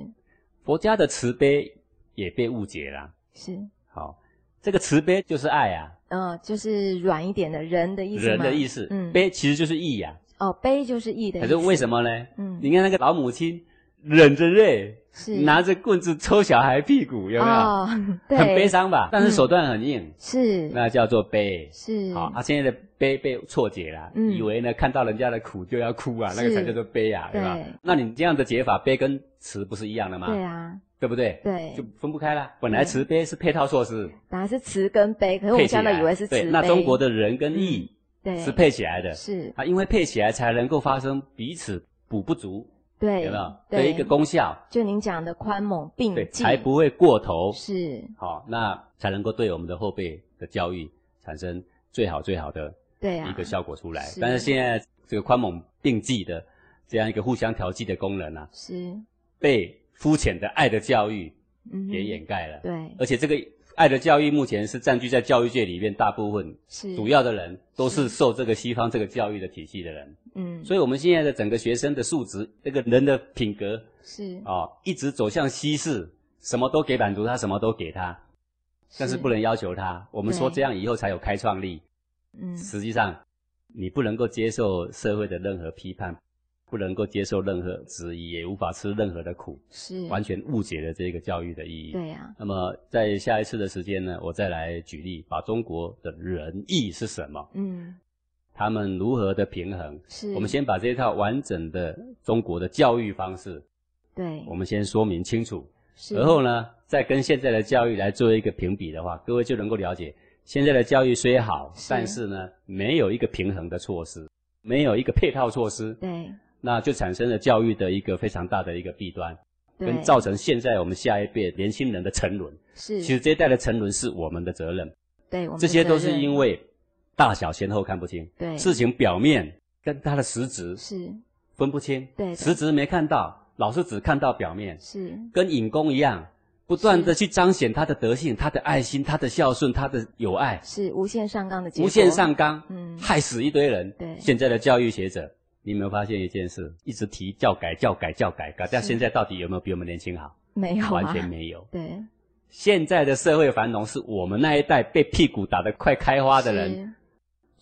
[SPEAKER 2] 佛家的慈悲也被误解啦。
[SPEAKER 1] 是。呃
[SPEAKER 2] 好，这个慈悲就是爱啊，
[SPEAKER 1] 嗯，就是软一点的人的意思吗，
[SPEAKER 2] 人的意思，
[SPEAKER 1] 嗯，
[SPEAKER 2] 悲其实就是义呀、啊
[SPEAKER 1] 哦，悲就是义的意
[SPEAKER 2] 可
[SPEAKER 1] 思。
[SPEAKER 2] 是为什么呢？
[SPEAKER 1] 嗯
[SPEAKER 2] 你看那个老母亲忍着泪，
[SPEAKER 1] 是
[SPEAKER 2] 拿着棍子抽小孩屁股，有没有？
[SPEAKER 1] 哦， 对，嗯
[SPEAKER 2] 很悲，伤吧？但是手段很硬，
[SPEAKER 1] 是
[SPEAKER 2] 那叫做悲。
[SPEAKER 1] 是
[SPEAKER 2] 好，啊，现在的悲被错解了，
[SPEAKER 1] 嗯
[SPEAKER 2] 以为呢看到人家的苦就要哭啊，那个
[SPEAKER 1] 是
[SPEAKER 2] 才叫做悲啊，
[SPEAKER 1] 对
[SPEAKER 2] 对吧？那你这样的解法，悲跟慈不是一样的吗？
[SPEAKER 1] 对啊，
[SPEAKER 2] 对不对？
[SPEAKER 1] 对
[SPEAKER 2] 就分不开了。本来慈悲是配套措施，
[SPEAKER 1] 本来是慈跟悲，哎可是我
[SPEAKER 2] 配
[SPEAKER 1] 们
[SPEAKER 2] 起来
[SPEAKER 1] 相当以为是慈
[SPEAKER 2] 对
[SPEAKER 1] 悲。嗯
[SPEAKER 2] 那中国的仁跟义
[SPEAKER 1] 对
[SPEAKER 2] 是配起来的
[SPEAKER 1] 是，
[SPEAKER 2] 啊，因为配起来才能够发生彼此补不足，
[SPEAKER 1] 对，
[SPEAKER 2] 有没有的
[SPEAKER 1] 对嗯
[SPEAKER 2] 一个功效？
[SPEAKER 1] 就您讲的宽猛并
[SPEAKER 2] 对，
[SPEAKER 1] 济，
[SPEAKER 2] 才不会过头。
[SPEAKER 1] 是
[SPEAKER 2] 好、那才能够对我们的后辈的教育产生最好最好的
[SPEAKER 1] 对啊，
[SPEAKER 2] 一个效果出来。
[SPEAKER 1] 是
[SPEAKER 2] 但是现在这个宽猛并济的这样一个互相调剂的功能啊，
[SPEAKER 1] 是
[SPEAKER 2] 被肤浅的爱的教育
[SPEAKER 1] 嗯哼
[SPEAKER 2] 给掩盖了。
[SPEAKER 1] 对
[SPEAKER 2] 而且这个爱的教育目前是占据在教育界里面大部分
[SPEAKER 1] 是
[SPEAKER 2] 主要的人都是受这个西方这个教育的体系的人，
[SPEAKER 1] 嗯
[SPEAKER 2] 所以我们现在的整个学生的素质，这个人的品格
[SPEAKER 1] 是
[SPEAKER 2] 啊、哦，一直走向西式，什么都给满足他，什么都给他，但是不能要求他。我们说
[SPEAKER 1] 对
[SPEAKER 2] 这样以后才有开创力。
[SPEAKER 1] 嗯
[SPEAKER 2] 实际上，你不能够接受社会的任何批判，不能够接受任何质疑，也无法吃任何的苦，
[SPEAKER 1] 是
[SPEAKER 2] 完全误解了这个教育的意义。
[SPEAKER 1] 对啊呀
[SPEAKER 2] 那么，在下一次的时间呢，我再来举例，把中国的仁义是什么，
[SPEAKER 1] 嗯
[SPEAKER 2] 他们如何的平衡。
[SPEAKER 1] 是
[SPEAKER 2] 我们先把这一套完整的中国的教育方式，
[SPEAKER 1] 对
[SPEAKER 2] 我们先说明清楚。
[SPEAKER 1] 是
[SPEAKER 2] 而后呢，再跟现在的教育来做一个评比的话，各位就能够了解，现在的教育虽好，
[SPEAKER 1] 是
[SPEAKER 2] 但是呢，没有一个平衡的措施，没有一个配套措施，
[SPEAKER 1] 对
[SPEAKER 2] 那就产生了教育的一个非常大的一个弊端，
[SPEAKER 1] 对
[SPEAKER 2] 跟造成现在我们下一辈年轻人的沉沦。
[SPEAKER 1] 是
[SPEAKER 2] 其实这一代的沉沦是我们的责任，
[SPEAKER 1] 对我们
[SPEAKER 2] 这些都是因
[SPEAKER 1] 为
[SPEAKER 2] 为大小先后看不清，
[SPEAKER 1] 对
[SPEAKER 2] 事情表面跟它的实质
[SPEAKER 1] 是
[SPEAKER 2] 分不清，
[SPEAKER 1] 对的
[SPEAKER 2] 实质没看到，老是只看到表面，
[SPEAKER 1] 是
[SPEAKER 2] 跟尹公一样，不断的去彰显他的德性、他的爱心、他的孝顺、他的友爱，
[SPEAKER 1] 是无限上纲的结果
[SPEAKER 2] 无限上纲，
[SPEAKER 1] 嗯
[SPEAKER 2] 害死一堆人。
[SPEAKER 1] 对
[SPEAKER 2] 现在的教育学者，你有没有发现一件事？一直提教改、教改、教改，搞到
[SPEAKER 1] 是
[SPEAKER 2] 现在到底有没有比我们年轻好？
[SPEAKER 1] 没有啊
[SPEAKER 2] 完全没有。
[SPEAKER 1] 对
[SPEAKER 2] 现在的社会繁荣是我们那一代被屁股打得快开花的人，
[SPEAKER 1] 是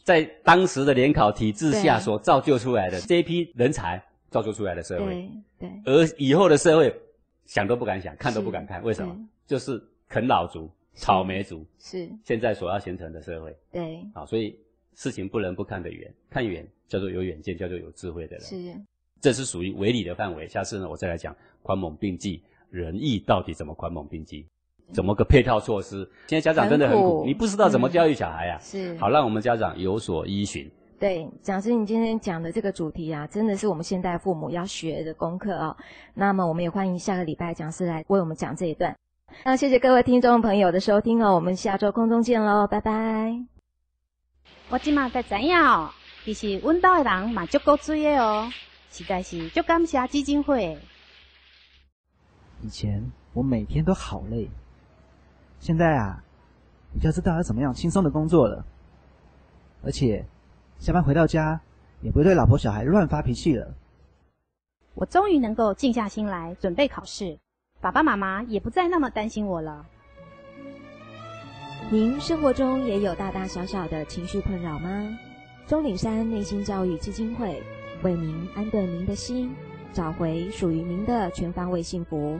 [SPEAKER 2] 在当时的联考体制下
[SPEAKER 1] 对
[SPEAKER 2] 所造就出来的这一批人才造就出来的社会。
[SPEAKER 1] 对对
[SPEAKER 2] 而以后的社会想都不敢想，看都不敢看，为什么
[SPEAKER 1] 对？
[SPEAKER 2] 就是啃老族、草莓族
[SPEAKER 1] 是
[SPEAKER 2] 现在所要形成的社会
[SPEAKER 1] 对
[SPEAKER 2] 啊，所以事情不能不看得远，看远叫做有远见，叫做有智慧的人，
[SPEAKER 1] 是
[SPEAKER 2] 这是属于为理的范围。下次呢，我再来讲宽猛并济，仁义到底怎么宽猛并济，怎么个配套措施？现在家长真的很
[SPEAKER 1] 很
[SPEAKER 2] 苦
[SPEAKER 1] 苦，
[SPEAKER 2] 你不知道怎么
[SPEAKER 1] 嗯
[SPEAKER 2] 教育小孩啊。
[SPEAKER 1] 是
[SPEAKER 2] 好，让我们家长有所依循。
[SPEAKER 1] 对，讲师，你今天讲的这个主题啊，真的是我们现代父母要学的功课哦。那么，我们也欢迎下个礼拜讲师来为我们讲这一段。那谢谢各位听众朋友的收听哦，我们下周空中见喽，拜拜。
[SPEAKER 3] 我即马才知影哦，其实阮兜的人嘛足够水的哦，实在是足感谢基金会的。
[SPEAKER 4] 以前我每天都好累，现在啊，比较知道要怎么样轻松的工作了，而且下班回到家也不会对老婆小孩乱发脾气了。
[SPEAKER 3] 我终于能够静下心来准备考试，爸爸妈妈也不再那么担心我了。
[SPEAKER 1] 您生活中也有大大小小的情绪困扰吗？钟岭山内心教育基金会为您安顿您的心，找回属于您的全方位幸福。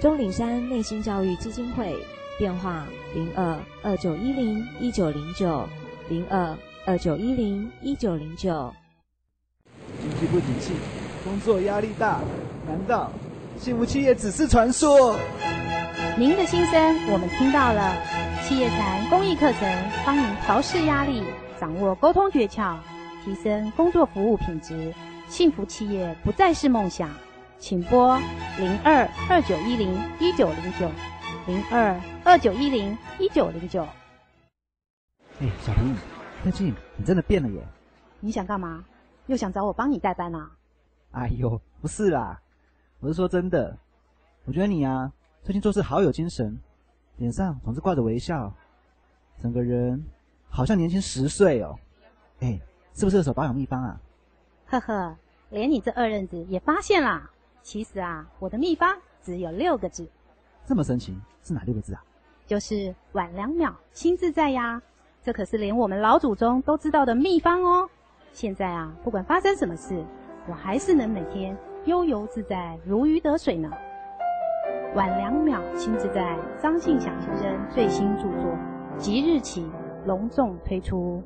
[SPEAKER 1] 钟岭山内心教育基金会电话零二二九一零一九零九零二二九一零一九零九。
[SPEAKER 4] 经济不景气，工作压力大，难道幸福期也只是传说？
[SPEAKER 3] 您的心声我们听到了，企业禅公益课程帮您调试压力，掌握沟通诀窍，提升工作服务品质，幸福企业不再是梦想。请拨零二二九一零一九零九零二二九一零一九零九。
[SPEAKER 4] 哎，小平，最近你真的变了耶！
[SPEAKER 3] 你想干嘛？又想找我帮你代班啊？
[SPEAKER 4] 哎呦，不是啦，我是说真的，我觉得你啊，最近做事好有精神，脸上总是挂着微笑，整个人好像年轻十岁哦。哎，是不是有什么保养秘方啊？
[SPEAKER 3] 呵呵，连你这二愣子也发现啦。其实啊，我的秘方只有六个字，
[SPEAKER 4] 这么神奇，是哪六个字啊？
[SPEAKER 3] 就是晚两秒，心自在呀。这可是连我们老祖宗都知道的秘方哦。现在啊，不管发生什么事，我还是能每天悠游自在，如鱼得水呢。晚两秒，亲自在张信祥先生最新著作即日起隆重推出。